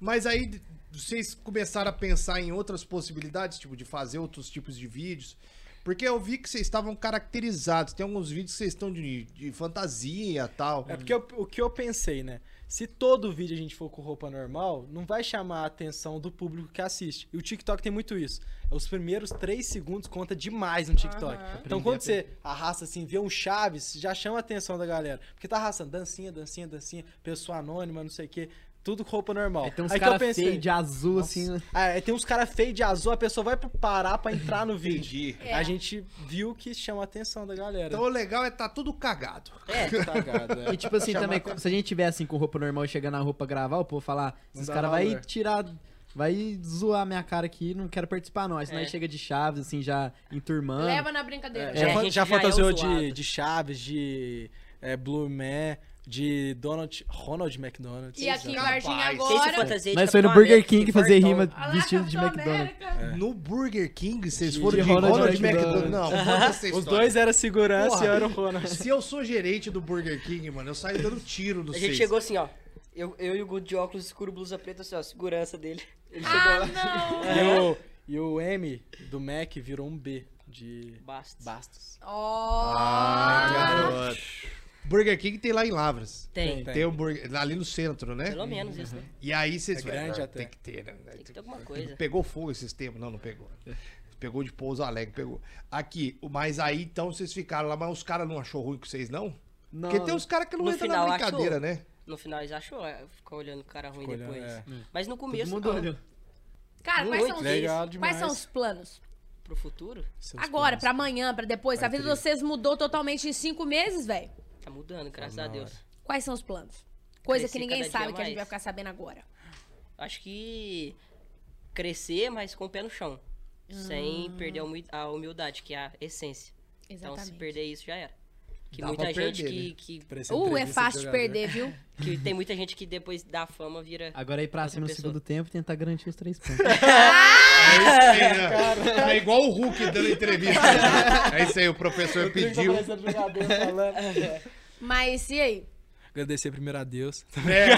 S2: Mas aí d- vocês começaram a pensar em outras possibilidades, tipo, de fazer outros tipos de vídeos. Porque eu vi que vocês estavam caracterizados. Tem alguns vídeos que vocês estão de, de fantasia e tal.
S3: É porque eu- o que eu pensei, né? Se todo vídeo a gente for com roupa normal, não vai chamar a atenção do público que assiste. E o TikTok tem muito isso. É Os primeiros três segundos conta demais no TikTok. Então quando você arrasta assim, vê um Chaves, já chama a atenção da galera. Porque tá arrastando dancinha, dancinha, dancinha, pessoa anônima, não sei o quê. Tudo com roupa normal.
S5: Aí É, tem uns
S3: Aí que eu
S5: caras
S3: pensei.
S5: feios de azul,
S3: Nossa.
S5: assim. né?
S3: Ah, aí tem uns caras feios de azul, a pessoa vai parar pra entrar no vídeo.
S2: Entendi.
S1: É.
S3: A gente viu que chama a atenção da galera.
S2: Então o legal é tá tudo cagado.
S4: É,
S3: Cagada, é.
S5: E
S3: <laughs>
S5: tipo assim,
S3: Chamar
S5: também,
S3: atenção.
S5: se a gente tiver assim com roupa normal e chegar na roupa gravar, o povo falar, esses
S3: dá
S5: caras vai
S3: valor."
S5: tirar. Vai zoar minha cara aqui, não quero participar, não. Aí senão
S4: É.
S5: aí chega de chaves, assim, já
S3: tá
S5: enturmando.
S1: Leva na brincadeira.
S3: Já,
S4: É,
S3: fan-
S4: a gente
S3: já
S4: já é
S3: fantasiou
S4: o zoado.
S3: de, de Chaves, de é, Blue Man, de Donald, Ronald McDonald.
S1: E aqui em
S2: Capaz.
S1: Varginha
S3: tá
S4: Fez essa
S1: agora.
S4: fantasia de
S5: Mas foi no
S4: Capitão
S5: Burger
S4: América,
S5: King
S4: fiquei
S5: fazer
S4: fartão.
S5: rima
S1: Olha lá,
S5: vestido de
S1: Capitão
S3: tá
S5: McDonald's.
S1: América.
S2: No Burger King, vocês
S3: De-
S2: foram de,
S5: de
S2: Ronald,
S5: Ronald
S2: McDonald.
S5: McDonald.
S2: Não, conta essa
S3: Os
S2: história.
S3: dois eram segurança
S2: Porra.
S3: e era o Ronald.
S2: Se eu sou gerente do Burger King, mano, eu saio dando tiro no
S4: A gente chegou assim, ó. Eu, eu e o Guto de óculos escuro, blusa preta, assim, ó, segurança dele. Ele
S3: tá
S4: chegou
S1: Ah, não!
S4: lá.
S3: E o, <laughs> e o M do Mac virou um B de
S4: Bastos.
S3: Bastos.
S1: Ó!
S3: Ah,
S2: Ah, garoto. Burger King tem lá em Lavras.
S4: Tem.
S2: Tem um burger, ali no centro, né?
S4: Pelo menos isso, né?
S5: Uhum.
S2: E aí vocês
S3: É grande até.
S2: Tem que ter, né?
S4: Tem que ter alguma coisa.
S2: Pegou fogo esses tempos? Não, não pegou. Pegou de Pouso Alegre, pegou. Aqui, mas aí então vocês ficaram lá, mas os caras não achou ruim com vocês, não?
S5: Não.
S2: Porque tem uns caras que não
S4: No
S2: entram na
S4: final,
S2: brincadeira,
S4: achou.
S2: né?
S4: No final eles achou, é, ficou olhando o cara ruim
S3: Ficou
S4: depois.
S3: olhando,
S4: Mas no começo,
S5: é. Todo mundo
S4: não.
S5: olhou.
S1: Cara, quais
S4: Muito
S1: são, os,
S3: legal
S1: quais
S3: demais.
S1: são os planos?
S4: pro futuro,
S3: Seus
S1: Agora,
S3: planos.
S1: pra amanhã, pra depois?
S3: Vai
S1: a vida de
S3: ter.
S1: vocês mudou totalmente em cinco meses, velho.
S4: tá mudando, graças
S3: na
S4: a Deus.
S1: Quais são os planos? Coisa
S4: Crescer
S1: que ninguém
S4: cada dia
S1: sabe que a gente
S4: mais.
S1: vai ficar sabendo agora.
S4: Acho que crescer, mas com o pé no chão. Sem
S1: Ah.
S4: perder a humi- a humildade, que é a essência. Então, se perder isso, já era. Que
S2: Dá pra
S4: muita gente
S5: né?
S2: perder,
S4: que, que,
S3: Pra essa
S1: Uh, é
S3: entrevista
S1: fácil
S3: de
S1: de
S3: jogador.
S1: perder, viu?
S4: que tem muita gente que depois da fama vira.
S5: Agora ir pra
S4: Outra
S5: cima no
S4: pessoa.
S5: segundo tempo e tentar garantir os três pontos.
S2: É isso aí, né? É igual o Hulk dando entrevista. né? É isso aí, o professor pediu.
S1: Mas e aí?
S3: Agradecer primeiro a Deus. <laughs>
S2: É.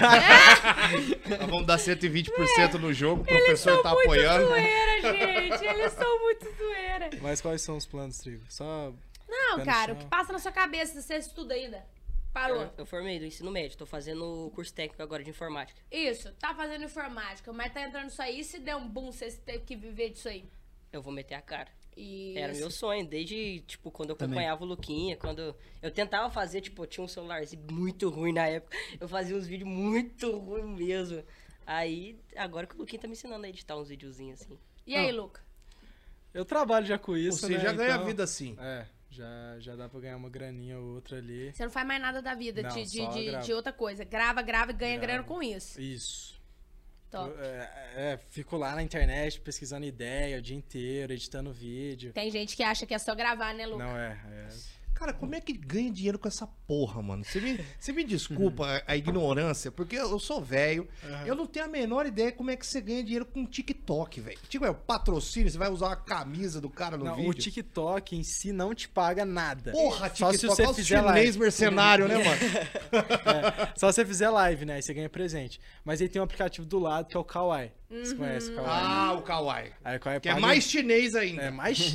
S2: Nós vamos dar 120% no jogo, o professor tá apoiando.
S1: zoeira, gente. Eles são muito zoeira.
S3: Mas quais são os planos, Trigo? Só. Pé
S1: Não,
S3: no
S1: cara,
S3: chão.
S1: o que passa na sua cabeça? Você estuda ainda? Parou.
S4: Eu, eu formei do ensino médio, tô fazendo o curso técnico agora de informática.
S1: Isso, tá fazendo informática, mas tá entrando isso aí. E se der um boom, você teve que viver disso aí?
S4: Eu vou meter a cara.
S1: Isso.
S4: Era meu sonho, desde, tipo, quando eu acompanhava o Luquinha, quando eu tentava fazer, tipo, eu tinha um celularzinho muito ruim na época, eu fazia uns vídeos muito ruim mesmo. Aí, agora que o Luquinha tá me ensinando a editar uns videozinhos assim.
S1: E aí, Luca?
S3: Eu trabalho já com isso.
S2: Você
S3: né?
S2: já ganha
S3: Então,
S2: vida assim.
S3: É, já, já dá pra ganhar uma graninha ou outra ali.
S1: Você não faz mais nada da vida,
S3: Não,
S1: de, de-
S3: só
S1: de-
S3: gravo.
S1: de outra coisa. Grava, grava e ganha grana
S3: Gravo.
S1: com isso.
S3: Isso.
S1: Top.
S3: Eu, é, é, fico lá na internet pesquisando ideia o dia inteiro, editando vídeo.
S1: Tem gente que acha que é só gravar, né, Luca?
S3: Não é, é.
S2: Cara, como é que ganha dinheiro com essa porra, mano? Você me, você me desculpa a- a ignorância, porque eu eu sou velho, eu não tenho a menor ideia como é que você ganha dinheiro com TikTok, velho. Tipo, é o patrocínio, você vai usar uma camisa do cara no
S3: Não,
S2: vídeo.
S3: o TikTok em si não te paga nada.
S2: Porra,
S3: Só
S2: TikTok,
S3: se
S2: olha
S3: você
S2: os
S3: fizer é.
S2: chinês
S3: live.
S2: mercenário, né,
S3: <laughs>
S2: mano?
S3: Só se você fizer live, né? Aí você ganha presente. Mas aí tem um aplicativo do lado que é o Kawaii. Vocês conhecem o Kawaai?
S2: Ah, o Kawaii.
S3: Aí o Kawaii
S2: Que é
S3: paga-
S2: mais chinês ainda.
S3: É mais.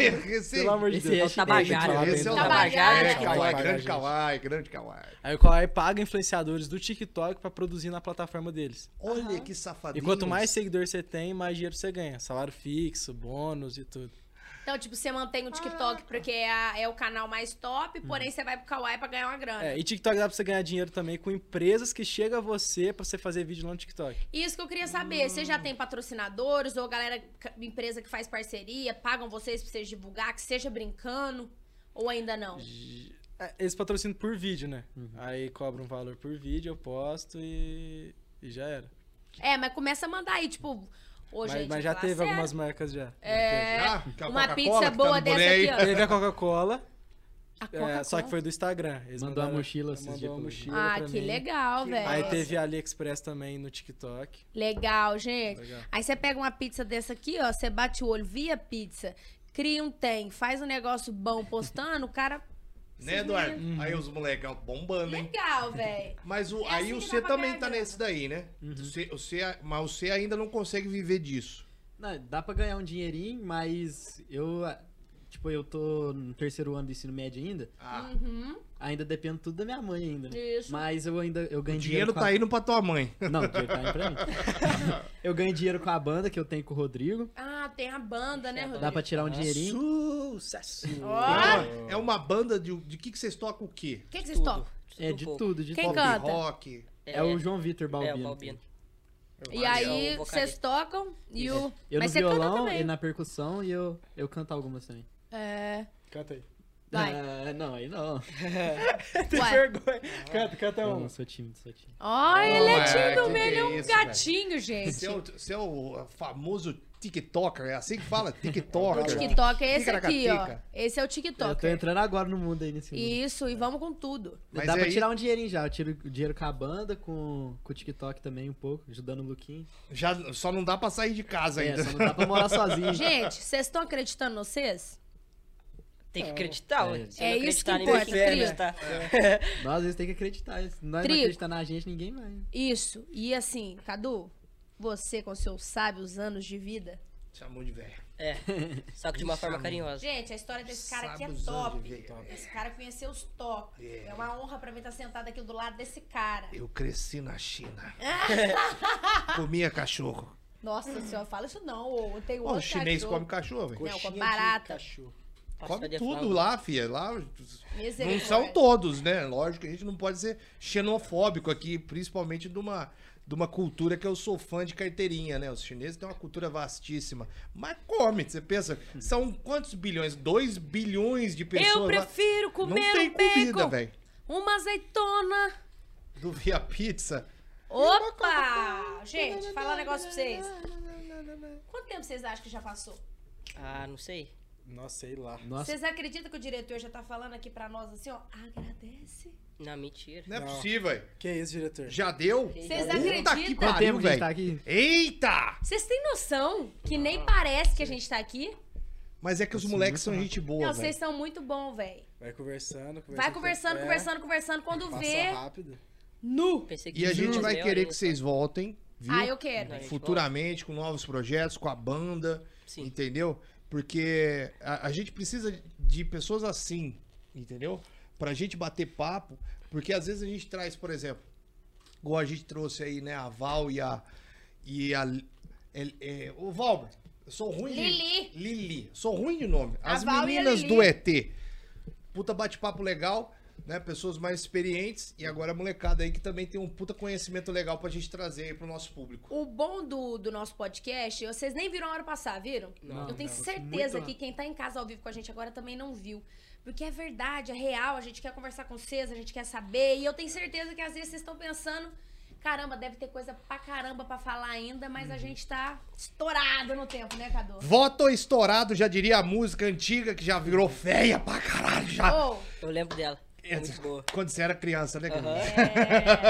S2: <laughs> Esse-
S3: pelo amor de
S5: esse
S3: Deus.
S5: é
S3: não tem
S4: Tabajara,
S3: que falar bem
S2: Esse é o
S3: do
S1: Tabajara.
S2: Tabajara. É,
S1: Tabajara.
S2: Kawaii,
S3: Tabajara,
S2: grande
S3: gente.
S2: Kawaii, grande Kawaii.
S3: Aí o Kawaii paga influenciadores do TikTok pra produzir na plataforma deles.
S2: Olha que safadinho.
S3: E quanto mais seguidor você tem, mais dinheiro você ganha. Salário fixo, bônus e tudo.
S1: Então, tipo, você mantém
S4: Ah.
S1: o TikTok porque é, a- é o canal mais top, porém você vai pro Kawaii pra ganhar uma grana.
S3: É, e TikTok dá pra você ganhar dinheiro também com empresas que chegam a você pra você fazer vídeo lá no TikTok.
S1: Isso que eu queria saber. Você já tem patrocinadores ou galera, ca- empresa que faz parceria, pagam vocês pra vocês divulgar, que seja brincando? Ou ainda não?
S3: É, Eles patrocinam por vídeo, né?
S5: Uhum.
S3: Aí cobra um valor por vídeo, eu posto e. e já era.
S1: É, mas começa a mandar aí, tipo. Ô,
S3: mas,
S1: gente,
S3: mas já
S1: fala
S3: teve
S1: sério.
S3: algumas marcas já.
S1: É.
S2: Ah, que a
S1: Uma
S2: Coca-Cola
S1: pizza
S2: que tá no
S1: boa dessa
S2: boné aí.
S1: aqui, ó.
S3: Teve a Coca-Cola,
S1: A
S3: é,
S1: Coca-Cola.
S3: só que foi do Instagram. Eles
S5: Mandou a
S3: mandaram-
S5: mochila esses dias
S3: Mandou a
S5: pra mim.
S3: mochila
S1: Ah,
S3: pra
S1: que
S3: mim.
S1: legal, velho.
S3: Aí teve a AliExpress também no TikTok.
S1: Legal, gente.
S3: Legal.
S1: Aí você pega uma pizza dessa aqui, ó, você bate o olho via pizza, cria um tem, faz um negócio bom postando, o cara.
S2: Né, Eduardo? Aí os molecão bombando, hein?
S1: Legal, velho.
S2: Mas o,
S1: É
S2: aí
S1: assim
S2: o
S1: que
S2: C
S1: dá pra
S2: também
S1: ganhar
S2: tá
S1: grana.
S2: nesse daí, né? Você, você, mas o C ainda não consegue viver disso.
S5: Não, dá pra ganhar um dinheirinho, mas eu. ah, Tipo, eu tô no terceiro ano do ensino médio ainda.
S2: Ah,
S5: Ainda dependo tudo da minha mãe ainda. né?
S1: Isso.
S5: Mas eu ainda eu
S2: o
S5: ganho
S2: dinheiro
S5: com
S2: tá
S5: a-
S2: indo pra tua mãe.
S5: Não, o dinheiro tá indo
S2: <laughs>
S5: pra mim. eu ganho dinheiro com a banda que eu tenho com o Rodrigo.
S1: Ah, tem a banda, né,
S5: Dá
S1: Rodrigo?
S5: pra tirar um dinheirinho.
S3: Sucesso!
S1: Ó,
S2: Então, é uma banda de, de que, que vocês tocam o quê?
S1: o que, que vocês
S4: Tudo.
S1: tocam?
S5: É de
S4: pouco.
S5: tudo, de
S1: Quem
S5: tudo.
S1: canta?
S2: Rock.
S5: É, o João Vitor
S4: É,
S5: Balbino.
S4: o Balbino.
S1: E
S4: É
S1: aí,
S4: o
S1: vocês
S4: vocalista.
S1: tocam e o.
S5: Eu
S1: Mas
S5: no
S1: você canta
S5: violão
S1: também.
S2: <laughs>
S5: e na percussão e eu, eu canto algumas também.
S1: É.
S3: Canta aí.
S1: Vai.
S5: Ah, não, aí não.
S3: Tem
S1: Ué.
S3: <laughs> vergonha.
S5: Ah.
S3: Canta, canta
S6: Não,
S2: Então.
S3: um.
S6: não, sou tímido, sou tímido.
S1: Ó, ele é
S2: Ah,
S1: tímido
S2: que que
S1: mesmo, ele é
S2: é
S1: um
S2: isso, velho?
S1: gatinho, gente.
S2: Você é,
S1: O
S2: o, você é o famoso TikToker, é assim
S1: <laughs>
S2: que fala? TikToker.
S1: TikTok é esse aqui, ó.
S2: Ticaracatica.
S1: Esse é o
S5: Eu tô
S1: TikTok.
S5: entrando agora no mundo aí nesse mundo.
S1: Isso, e vamos com
S5: <laughs>
S1: tudo.
S2: Mas
S5: Dá pra
S2: aí-
S5: tirar um dinheirinho já. Eu tiro o dinheiro com a banda, com, com o TikTok também um pouco, ajudando o Luquinho.
S2: Já, só não dá pra sair de casa
S5: É,
S2: ainda.
S5: só não dá pra morar
S1: <laughs>
S5: sozinho.
S1: Gente, vocês estão acreditando em vocês?
S4: Tem que acreditar, ué. Se
S1: É
S4: não
S1: isso que
S4: acreditar, ninguém
S1: importa, É.
S4: vai acreditar.
S5: Nós, às vezes, tem que acreditar. Se nós
S1: Trigo.
S5: não acreditar na gente, ninguém vai.
S1: Isso. E assim, Cadu, você com seus sábios anos de vida.
S2: <laughs> Chamou de velho.
S4: É. Só que de uma forma carinhosa.
S1: Gente, a história desse cara aqui é
S2: Sábios anos de
S1: top.
S2: vida, top.
S1: Esse cara conheceu os top. É uma honra pra mim estar sentado aqui do lado desse cara.
S2: Eu cresci
S1: <laughs>
S2: na China. Comia cachorro.
S1: Nossa senhora, fala isso não. ô, Tem
S2: Pô,
S1: outro
S2: o chinês
S1: cachorro.
S2: come cachorro, velho.
S1: Não,
S3: Coxinha
S1: come
S3: de
S1: barata.
S3: cachorro.
S4: Nossa,
S2: Come
S4: cadê a
S2: tudo
S4: fralda?
S2: lá, filha. Lá, não
S1: Misericórdia.
S2: são todos, né? Lógico que a gente não pode ser xenofóbico aqui, principalmente de uma, de uma cultura que eu sou fã de carteirinha, né? Os chineses têm uma cultura vastíssima. Mas come, você pensa, são quantos bilhões? 2 bilhões de pessoas.
S1: Eu
S2: lá.
S1: prefiro comer
S2: não tem
S1: um bacon,
S2: comida, velho.
S1: uma azeitona.
S2: Do Via Pizza.
S1: Opa! Gente, falar um negócio pra vocês. Quanto tempo vocês acham que já passou?
S4: Ah, não sei.
S3: Nossa, sei lá.
S5: Nossa,
S1: Vocês acreditam que o diretor já tá falando aqui pra nós assim, ó? Agradece.
S4: Não, mentira.
S2: Não é
S3: Não.
S2: possível, velho.
S3: Que isso, diretor?
S2: Já deu?
S1: Vocês
S2: Puta que
S1: acreditam?
S5: Quanto tempo
S2: pariu,
S5: que a gente tá
S2: velho.
S5: aqui?
S2: Eita!
S1: Vocês têm noção que
S2: Ah,
S1: nem parece que a gente tá aqui?
S2: Mas é que os moleques são gente boa,
S1: Não, vocês
S2: velho.
S1: são muito bom, velho.
S3: Vai conversando, conversando.
S1: Vai conversando,
S3: É,
S1: conversando, conversando. Quando
S3: Passa
S1: vê.
S3: rápido.
S1: Nu!
S4: Pensei que
S2: E a
S4: isso
S2: gente
S4: era
S2: vai
S4: meia
S2: querer
S4: horinha
S2: que
S4: só.
S2: vocês voltem, viu?
S1: Ah, eu quero.
S4: Não, a gente
S2: Futuramente, com novos projetos, com a banda,
S4: Sim.
S2: entendeu? Porque a, a gente precisa de pessoas assim, entendeu? Pra gente bater papo, porque às vezes a gente traz, por exemplo, igual a gente trouxe aí, né, a Val e a... E a é- é, o Valber, eu sou ruim
S1: Lili.
S2: de... Lili. Sou ruim de nome.
S1: A
S2: As
S1: Val e a
S2: meninas
S1: Lili.
S2: do ET. Puta bate-papo legal, né? Pessoas mais experientes e agora a molecada aí que também tem um puta conhecimento legal pra gente trazer aí pro nosso público.
S1: O bom do, do nosso podcast, vocês nem viram a hora passar, viram?
S4: Não,
S1: Eu tenho
S5: não.
S1: certeza
S5: Muito
S1: que quem tá em casa ao vivo com a gente agora também não viu. Porque é verdade, é real, a gente quer conversar com vocês, a gente quer saber. E eu tenho certeza que às vezes vocês estão pensando, caramba, deve ter coisa pra caramba pra falar ainda, mas a gente tá estourado no tempo, né, Cadu?
S2: Voto estourado, já diria a música antiga que já virou feia pra caralho já.
S1: Ou,
S4: Eu lembro dela. É Muito boa.
S2: Quando você era criança, né? Gabi? <laughs> Mas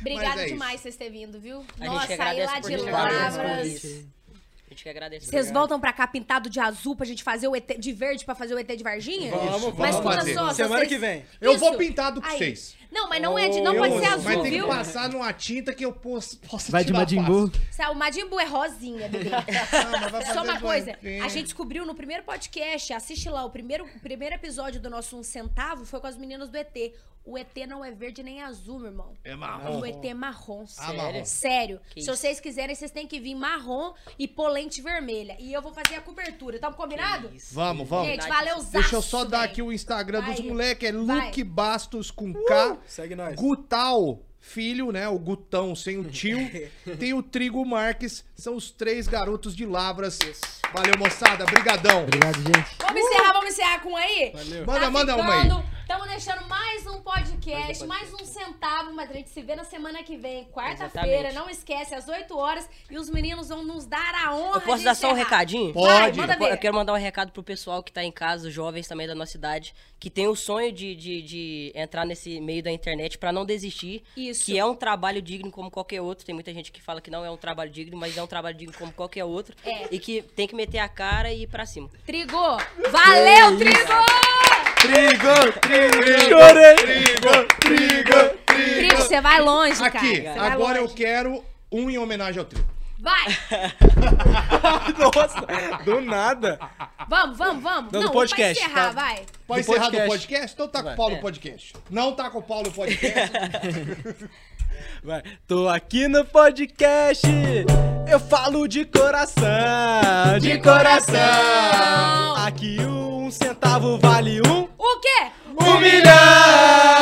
S1: obrigada
S2: é isso.
S1: demais vocês terem vindo, viu?
S4: gente
S1: Nossa, saí
S4: agradece
S1: lá
S4: por
S1: de
S4: ter
S5: Parabéns pelo
S1: Lavras.
S5: convite aí.
S4: A gente É. que agradece.
S1: Vocês
S4: Obrigado.
S1: voltam pra cá pintado de azul pra gente fazer o ET de verde pra fazer o ET de Varginha?
S3: Vamos, vamos
S1: Mas escuta
S2: fazer.
S1: só, se
S3: Semana
S1: vocês-
S3: que vem.
S2: Eu vou
S1: Isso.
S2: pintado com
S1: Aí.
S2: vocês.
S1: Não, mas não é de, não
S3: Eu
S1: pode ser
S3: ouço,
S1: azul,
S2: Mas tem que
S1: viu?
S2: passar numa tinta que eu posso, posso
S5: Vai de
S2: tirar
S5: Majin
S2: fácil.
S5: Buu.
S1: Sa- O Majin Buu é rosinha,
S2: <laughs>
S1: bebê.
S2: Não, mas vai
S1: Só
S2: fazer
S1: uma coisa,
S2: bonitinho.
S1: a gente descobriu no primeiro podcast, assiste lá, o primeiro, o primeiro episódio do nosso Um Centavo foi com as meninas do ET. O ET não é verde nem azul, meu irmão.
S2: É marrom.
S1: O ET é marrom,
S2: Ah,
S1: sério.
S2: marrom.
S1: Sério.
S4: Que
S1: Se
S4: isso.
S1: vocês quiserem, vocês têm que vir marrom e polente vermelha. E eu vou fazer a cobertura, tá combinado?
S4: Isso.
S2: Vamos, vamos.
S1: Gente, valeu,
S2: Deixa eu só dar aqui o Instagram dos
S1: Vai.
S2: moleques. É
S1: Vai. Uh!
S2: Luke Bastos com K.
S3: Segue nós.
S2: Gutal, filho, né? O Gutão sem o
S3: <laughs>
S2: tio. Tem o Trigo Marques. São os três garotos de Lavras.
S4: Isso.
S2: Valeu, moçada. Brigadão.
S5: Obrigado, gente.
S1: Vamos encerrar, vamos encerrar com um aí?
S3: Valeu.
S2: Manda,
S1: tá
S2: manda uma aí.
S1: Estamos deixando mais um podcast, mais um centavo, mas a gente se vê na semana que vem, quarta-feira.
S4: Exatamente.
S1: Não esquece, às 8 horas, e os meninos vão nos dar a honra.
S4: Eu posso
S1: de
S4: dar só um
S1: encerrar.
S4: recadinho?
S1: Vai,
S2: Pode.
S1: manda
S4: Eu, po- eu
S1: ver.
S4: quero mandar um recado pro pessoal que tá em casa, os jovens também da nossa idade, que tem o sonho de, de, de entrar nesse meio da internet pra não desistir.
S1: Isso.
S4: Que é um trabalho digno como qualquer outro. Tem muita gente que fala que não é um trabalho digno, mas é um trabalho digno como qualquer outro.
S1: É.
S4: E que tem que meter a cara e ir pra cima.
S1: Trigo! Valeu, Trigo!
S5: Trigo, trigo.
S2: Trigo, trigo, trigo.
S1: Trigo, você vai longe, cara. Você
S2: Aqui,
S1: vai
S2: agora eu
S1: longe.
S2: quero um em homenagem ao Trigo.
S1: Vai!
S3: <laughs> Nossa, do nada.
S1: Vamos, vamos, vamos.
S3: Não, do
S1: um
S3: podcast,
S1: pra encerrar,
S3: tá?
S1: vai.
S2: Pode
S3: Do
S2: encerrar do
S3: podcast. É.
S2: podcast? Então tá com o Paulo no podcast. Não tá com o Paulo no podcast.
S3: Vai. Tô aqui no podcast. Eu falo de coração, de coração. Aqui um centavo vale um,
S1: O quê?
S3: um milhão.